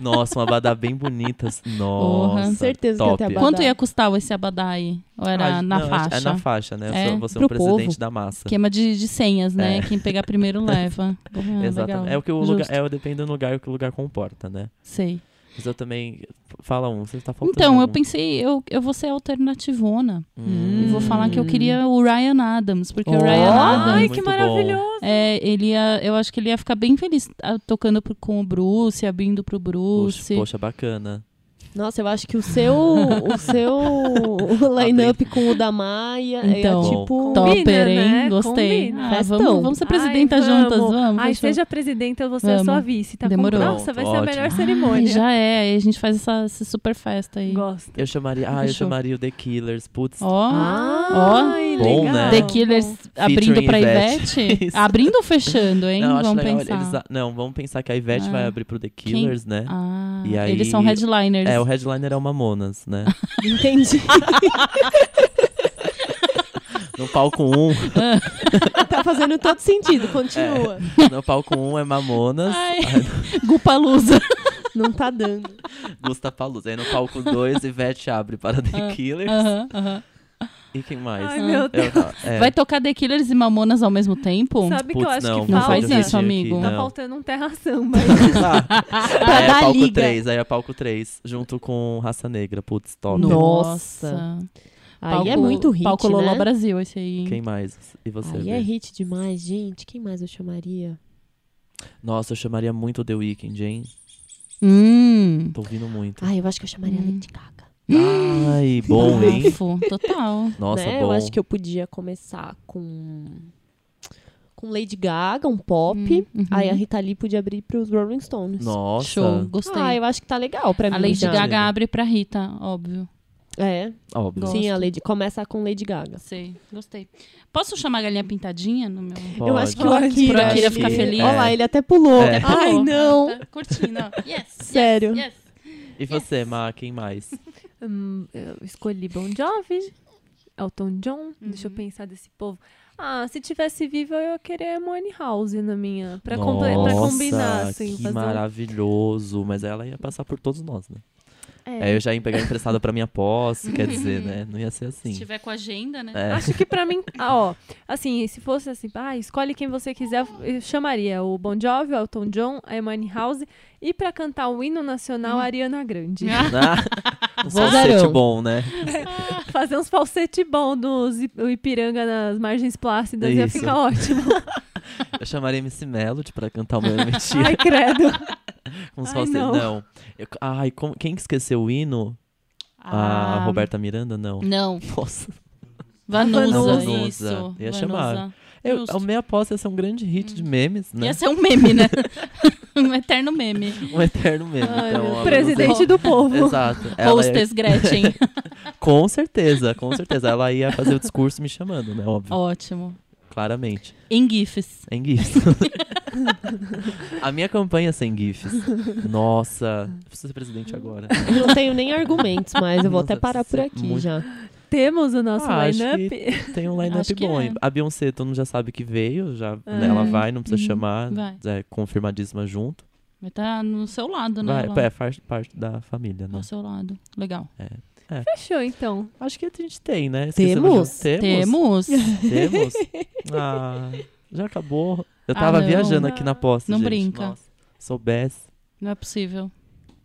Speaker 2: Nossa, uma badá bem bonita. Nossa,
Speaker 3: Porra.
Speaker 4: Certeza que
Speaker 2: top.
Speaker 4: até abadá.
Speaker 3: Quanto ia custar esse abadá aí? Ou era
Speaker 2: Ah,
Speaker 3: na
Speaker 2: não,
Speaker 3: faixa?
Speaker 2: É na faixa, né? Eu
Speaker 3: É,
Speaker 2: sou, vou ser um
Speaker 4: pro
Speaker 2: presidente
Speaker 4: povo.
Speaker 2: da massa.
Speaker 3: Esquema de, de senhas, né?
Speaker 2: É.
Speaker 3: Quem pegar primeiro leva. Ah,
Speaker 2: Exatamente.
Speaker 3: legal.
Speaker 2: É o que o
Speaker 3: Justo.
Speaker 2: lugar. É, depende do lugar que o lugar comporta, né?
Speaker 3: Sei.
Speaker 2: Mas eu também. Fala um, você tá faltando.
Speaker 3: Então, eu
Speaker 2: um.
Speaker 3: pensei, eu, eu vou ser alternativona.
Speaker 2: Hum.
Speaker 3: E vou falar que eu queria o Ryan Adams, porque o
Speaker 2: Oh.
Speaker 3: Ryan Adams.
Speaker 1: Ai,
Speaker 2: Muito
Speaker 1: que
Speaker 2: bom.
Speaker 1: maravilhoso!
Speaker 3: É, ele ia, eu acho que ele ia ficar bem feliz ah, tocando pro- com o Bruce, abrindo pro
Speaker 2: Poxa,
Speaker 3: Bruce.
Speaker 2: poxa, bacana.
Speaker 4: Nossa, eu acho que o seu, o seu line-up com o da Maia
Speaker 3: Então,
Speaker 4: é tipo...
Speaker 1: Combina,
Speaker 3: Topper, hein?
Speaker 1: né?
Speaker 3: Gostei.
Speaker 1: Combina.
Speaker 3: Ah, vamos,
Speaker 4: Festão.
Speaker 3: vamos ser
Speaker 1: Ai,
Speaker 3: presidenta
Speaker 1: vamos.
Speaker 3: juntas, vamos.
Speaker 1: Ai,
Speaker 3: fechou.
Speaker 1: seja presidente, eu vou ser sua
Speaker 3: Vamos.
Speaker 1: vice. Tá
Speaker 3: Demorou.
Speaker 1: Com... Nossa, vai
Speaker 2: Ótimo.
Speaker 1: ser a melhor
Speaker 2: Ai,
Speaker 3: Ai,
Speaker 1: cerimônia.
Speaker 3: já é, aí a gente faz essa, essa super festa aí.
Speaker 1: Gosto.
Speaker 2: Eu chamaria. Ah, eu
Speaker 3: Fechou.
Speaker 2: chamaria o The Killers. Putz.
Speaker 3: Ó,
Speaker 4: Ah,
Speaker 1: Ai,
Speaker 2: Bom,
Speaker 1: legal.
Speaker 2: né?
Speaker 3: The Killers abrindo pra Ivete.
Speaker 2: Isso.
Speaker 3: abrindo ou fechando, hein?
Speaker 2: Não, acho
Speaker 3: vamos
Speaker 2: legal.
Speaker 3: pensar.
Speaker 2: Eles, a- não, vamos pensar que a Ivete
Speaker 3: Ah.
Speaker 2: vai abrir pro The Killers, né?
Speaker 3: Ah,
Speaker 2: E aí-
Speaker 3: eles são headliners.
Speaker 2: É, o headliner é o Mamonas, né?
Speaker 4: Entendi.
Speaker 2: No palco 1,
Speaker 4: tá fazendo todo
Speaker 2: É.
Speaker 4: sentido, continua.
Speaker 2: no palco 1 é Mamonas,
Speaker 3: Ai, Gupa Lusa.
Speaker 4: Não tá dando.
Speaker 2: Gustapalooza. Aí no palco 2, Ivete abre para The Killers.
Speaker 3: Ah, Aham, aham.
Speaker 2: E quem mais?
Speaker 1: Ai, meu Deus.
Speaker 2: Eu- ah, é.
Speaker 3: Vai tocar The Killers e Mamonas ao mesmo tempo?
Speaker 1: Sabe que
Speaker 2: Putz,
Speaker 1: eu acho
Speaker 2: não,
Speaker 1: que
Speaker 3: não
Speaker 1: falta?
Speaker 3: faz isso,
Speaker 2: aqui,
Speaker 3: amigo.
Speaker 1: Tá
Speaker 2: não.
Speaker 1: faltando um terração, mas
Speaker 2: Tá.
Speaker 3: Ah,
Speaker 4: Pra
Speaker 2: Aí é
Speaker 4: dar
Speaker 2: palco
Speaker 4: liga.
Speaker 2: 3, aí é palco 3, junto com Raça Negra. Putz, top.
Speaker 4: Nossa. Aí é muito hit,
Speaker 3: Palco Loló
Speaker 4: né?
Speaker 3: Brasil, esse aí. hein?
Speaker 2: Quem mais? E você?
Speaker 4: Aí
Speaker 2: Bê?
Speaker 4: é hit demais, gente. Quem mais eu chamaria?
Speaker 2: Nossa, eu chamaria muito The Weeknd, hein?
Speaker 3: Hum.
Speaker 2: Tô ouvindo muito.
Speaker 4: Ai, eu acho que eu chamaria
Speaker 3: Hum.
Speaker 4: Lady Gaga.
Speaker 2: Ai, bom, hein?
Speaker 3: Bafo, Total.
Speaker 2: Nossa,
Speaker 4: né?
Speaker 2: bom.
Speaker 4: Eu acho que eu podia começar com com Lady Gaga, um pop.
Speaker 3: Hum, uhum.
Speaker 4: Aí a Rita Lee podia abrir pros Rolling Stones.
Speaker 2: Nossa.
Speaker 3: Show, gostei.
Speaker 4: Ah, eu acho que tá legal pra
Speaker 3: a
Speaker 4: mim.
Speaker 3: Lady
Speaker 4: já.
Speaker 3: Gaga abre pra Rita, óbvio.
Speaker 4: É.
Speaker 2: Óbvio.
Speaker 3: Gosto.
Speaker 4: Sim, a Lady começa com Lady Gaga.
Speaker 3: Sei, gostei. Posso chamar a galinha pintadinha no meu.
Speaker 4: Eu
Speaker 2: Pode.
Speaker 4: acho que o Akira.
Speaker 3: Pro Akira ficar
Speaker 4: ele-
Speaker 3: feliz.
Speaker 4: Olha lá,
Speaker 2: É.
Speaker 4: ele até pulou.
Speaker 2: É.
Speaker 4: Ai,
Speaker 3: Pulou.
Speaker 4: não.
Speaker 3: Tá curtindo, ó. Yes.
Speaker 4: Sério.
Speaker 3: Yes.
Speaker 2: E você, Ma, quem mais?
Speaker 1: Hum, eu escolhi Bon Jovi, Elton John. Deixa
Speaker 3: Uhum.
Speaker 1: eu pensar desse povo. Ah, se tivesse vivo, eu ia querer Money House na minha. Pra, comple- pra
Speaker 2: Nossa,
Speaker 1: combinar, assim.
Speaker 2: Que
Speaker 1: fazer um-
Speaker 2: maravilhoso. Mas ela ia passar por todos nós, né? Aí
Speaker 1: É.
Speaker 2: eu já ia pegar emprestado pra minha posse, quer dizer, né? Não ia ser
Speaker 3: Se
Speaker 2: assim.
Speaker 3: tiver com a agenda, né?
Speaker 2: É.
Speaker 1: Acho que pra mim, ah, ó, assim, se fosse assim, ah, escolhe quem você quiser, eu chamaria o Bon Jovi, o Elton John, a Money House e pra cantar o hino nacional,
Speaker 3: Uhum.
Speaker 1: a Ariana Grande.
Speaker 2: Ah, um
Speaker 4: Vozarão.
Speaker 2: falsete bom, né?
Speaker 1: Fazer uns falsete bom do Zi- o Ipiranga nas margens plácidas ia
Speaker 2: Isso.
Speaker 1: ficar ótimo.
Speaker 2: Eu chamaria MC Melody pra cantar o meu
Speaker 1: Ai,
Speaker 2: mentira.
Speaker 1: credo.
Speaker 2: com os
Speaker 1: ai,
Speaker 2: falsetes.
Speaker 1: não.
Speaker 2: Não. Eu- ai, como- quem que esqueceu o hino?
Speaker 1: Ah.
Speaker 2: A Roberta Miranda? Não.
Speaker 3: Ah,
Speaker 1: Hum.
Speaker 3: Não,
Speaker 2: Nossa.
Speaker 3: Vanusa,
Speaker 2: Vanusa.
Speaker 3: isso.
Speaker 2: Ia
Speaker 3: Vanusa.
Speaker 2: chamar. Eu,
Speaker 3: Justo.
Speaker 2: a minha posse ia ser um grande hit
Speaker 1: Hum.
Speaker 2: de memes, né?
Speaker 3: Ia ser um meme, né? um eterno meme.
Speaker 2: Um eterno meme.
Speaker 1: Ai,
Speaker 2: então,
Speaker 1: meu
Speaker 2: ela-
Speaker 1: presidente do povo.
Speaker 2: Exato. Ela é- ia-
Speaker 3: Hostess Gretchen.
Speaker 2: Com certeza, com certeza. Ela ia fazer o discurso me chamando, né? Óbvio.
Speaker 3: Ótimo.
Speaker 2: claramente.
Speaker 3: Em GIFs.
Speaker 2: Sem GIFs. a minha campanha é sem GIFs. Nossa, eu preciso ser presidente agora.
Speaker 4: Eu não tenho nem argumentos, mas eu vou até
Speaker 2: Nossa,
Speaker 4: parar por
Speaker 2: isso é
Speaker 4: aqui
Speaker 2: muito-
Speaker 4: já.
Speaker 1: Temos o nosso
Speaker 2: Ah, acho
Speaker 1: lineup.
Speaker 2: Tem um line-up
Speaker 3: Acho que
Speaker 2: bom.
Speaker 3: é.
Speaker 2: A Beyoncé, todo mundo já sabe que veio, já
Speaker 1: Ah.
Speaker 2: né, ela vai, não precisa
Speaker 3: Uhum,
Speaker 2: chamar.
Speaker 3: vai.
Speaker 2: É confirmadíssima junto.
Speaker 3: Vai estar no seu lado, né?
Speaker 2: Vai,
Speaker 3: Ela-
Speaker 2: é, faz parte da família, né?
Speaker 3: Ao seu lado. Legal.
Speaker 1: Fechou, então.
Speaker 2: Acho que a gente tem, né? Esquecemos de- Temos.
Speaker 3: Temos.
Speaker 2: Temos. Ah, já acabou. Eu
Speaker 3: Ah,
Speaker 2: tava
Speaker 3: não.
Speaker 2: viajando aqui na posse,
Speaker 3: Não
Speaker 2: gente.
Speaker 3: brinca.
Speaker 2: Nossa, soubesse,
Speaker 3: Não é possível.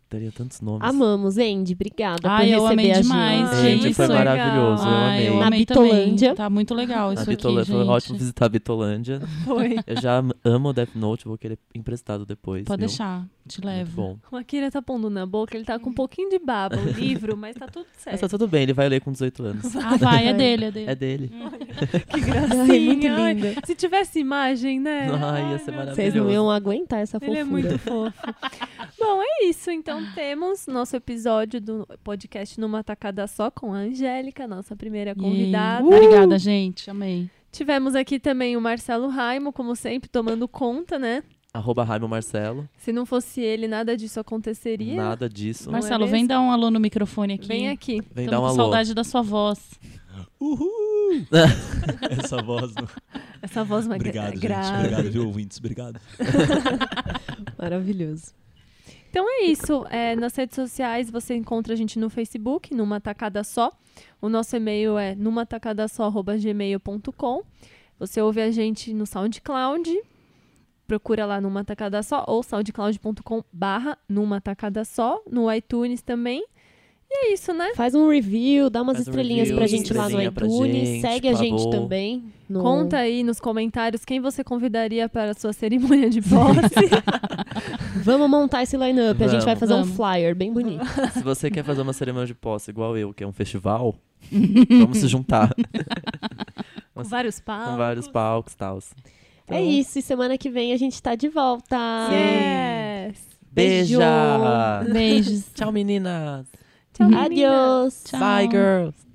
Speaker 2: teria tantos nomes.
Speaker 4: Amamos, Andy. Obrigada por
Speaker 3: Ai, eu
Speaker 4: receber
Speaker 3: amei
Speaker 4: a
Speaker 3: demais,
Speaker 4: gente.
Speaker 2: gente, foi
Speaker 1: isso,
Speaker 2: maravilhoso. Eu
Speaker 3: é Ai,
Speaker 2: amei.
Speaker 3: eu
Speaker 4: Na
Speaker 3: amei
Speaker 4: Bitolândia.
Speaker 3: também. Tá muito legal isso
Speaker 2: A
Speaker 3: aqui,
Speaker 2: Bitolândia foi
Speaker 3: gente.
Speaker 2: ótimo visitar a Bitolândia.
Speaker 1: Foi.
Speaker 2: Eu já am- amo Death Note, vou querer emprestado depois.
Speaker 3: Pode
Speaker 2: viu?
Speaker 3: deixar, te
Speaker 2: Muito
Speaker 3: levo.
Speaker 2: bom.
Speaker 1: O Akira tá pondo na boca, ele tá com um pouquinho de baba, o livro, mas tá tudo
Speaker 2: Mas
Speaker 3: É.
Speaker 1: certo.
Speaker 2: tá tudo bem, ele vai ler com 18 anos.
Speaker 3: Ah, vai, é dele, é dele.
Speaker 2: É dele.
Speaker 1: Que
Speaker 4: Ai, muito
Speaker 1: gracinha. Assim, Ai,
Speaker 4: linda.
Speaker 1: se tivesse imagem, né?
Speaker 2: Ai, ia ser
Speaker 1: meu Deus.
Speaker 4: Vocês não iam aguentar essa
Speaker 1: Ele
Speaker 4: fofura.
Speaker 1: é muito fofo. Bom, é isso. Então temos nosso episódio do podcast Numa Tacada Só com a Angélica, nossa primeira
Speaker 3: Yay.
Speaker 1: convidada.
Speaker 3: Obrigada, Tá gente. Amei.
Speaker 1: Tivemos aqui também o Marcelo Raimo, como sempre, tomando conta, né?
Speaker 2: Arroba Raimo Marcelo.
Speaker 1: Se não fosse ele, nada disso aconteceria.
Speaker 2: Nada disso.
Speaker 1: Mas-
Speaker 3: Marcelo,
Speaker 1: é
Speaker 3: vem
Speaker 1: mesmo?
Speaker 3: dar um alô no microfone aqui.
Speaker 1: Vem aqui.
Speaker 2: Vem
Speaker 3: Tamo
Speaker 2: dar um
Speaker 3: com
Speaker 2: alô.
Speaker 3: saudade da sua voz.
Speaker 8: Uhul! Essa voz. Não...
Speaker 1: Essa voz mais
Speaker 8: Obrigado, gente.
Speaker 1: grave.
Speaker 8: Obrigado, viu, ouvintes? Obrigado.
Speaker 4: Maravilhoso.
Speaker 1: Então é isso. É, nas redes sociais você encontra a gente no Facebook, numa tacada só. O nosso e-mail é numatacadasó.gmail.com. Você ouve a gente no SoundCloud. Procura lá numa tacada só ou soundcloud.com barra numa tacada só, no iTunes também. E é isso, né?
Speaker 4: Faz um review, dá umas
Speaker 2: Faz um
Speaker 4: estrelinhas
Speaker 2: review,
Speaker 4: pra gente lá no
Speaker 2: estrelinha pra
Speaker 4: iTunes.
Speaker 2: gente,
Speaker 4: segue a
Speaker 2: por
Speaker 4: gente
Speaker 2: favor.
Speaker 4: também. No...
Speaker 1: Conta aí nos comentários quem você convidaria para a sua cerimônia de posse.
Speaker 4: Vamos montar esse line-up. A gente vai
Speaker 2: Vamos.
Speaker 4: fazer um
Speaker 3: Vamos.
Speaker 4: flyer bem bonito.
Speaker 2: Se você quer fazer uma cerimônia de posse igual eu, que é um festival, vamos se juntar
Speaker 1: Com vários
Speaker 2: com
Speaker 3: Ah,
Speaker 1: palcos.
Speaker 2: vários palcos e tal.
Speaker 4: É isso. E semana que vem a gente tá de volta.
Speaker 1: Yes.
Speaker 2: Beija!
Speaker 3: Beijos.
Speaker 2: Tá. Tchau, meninas!
Speaker 1: Tchau, meninas.
Speaker 4: Adiós.
Speaker 3: Tchau.
Speaker 2: Bye, girls!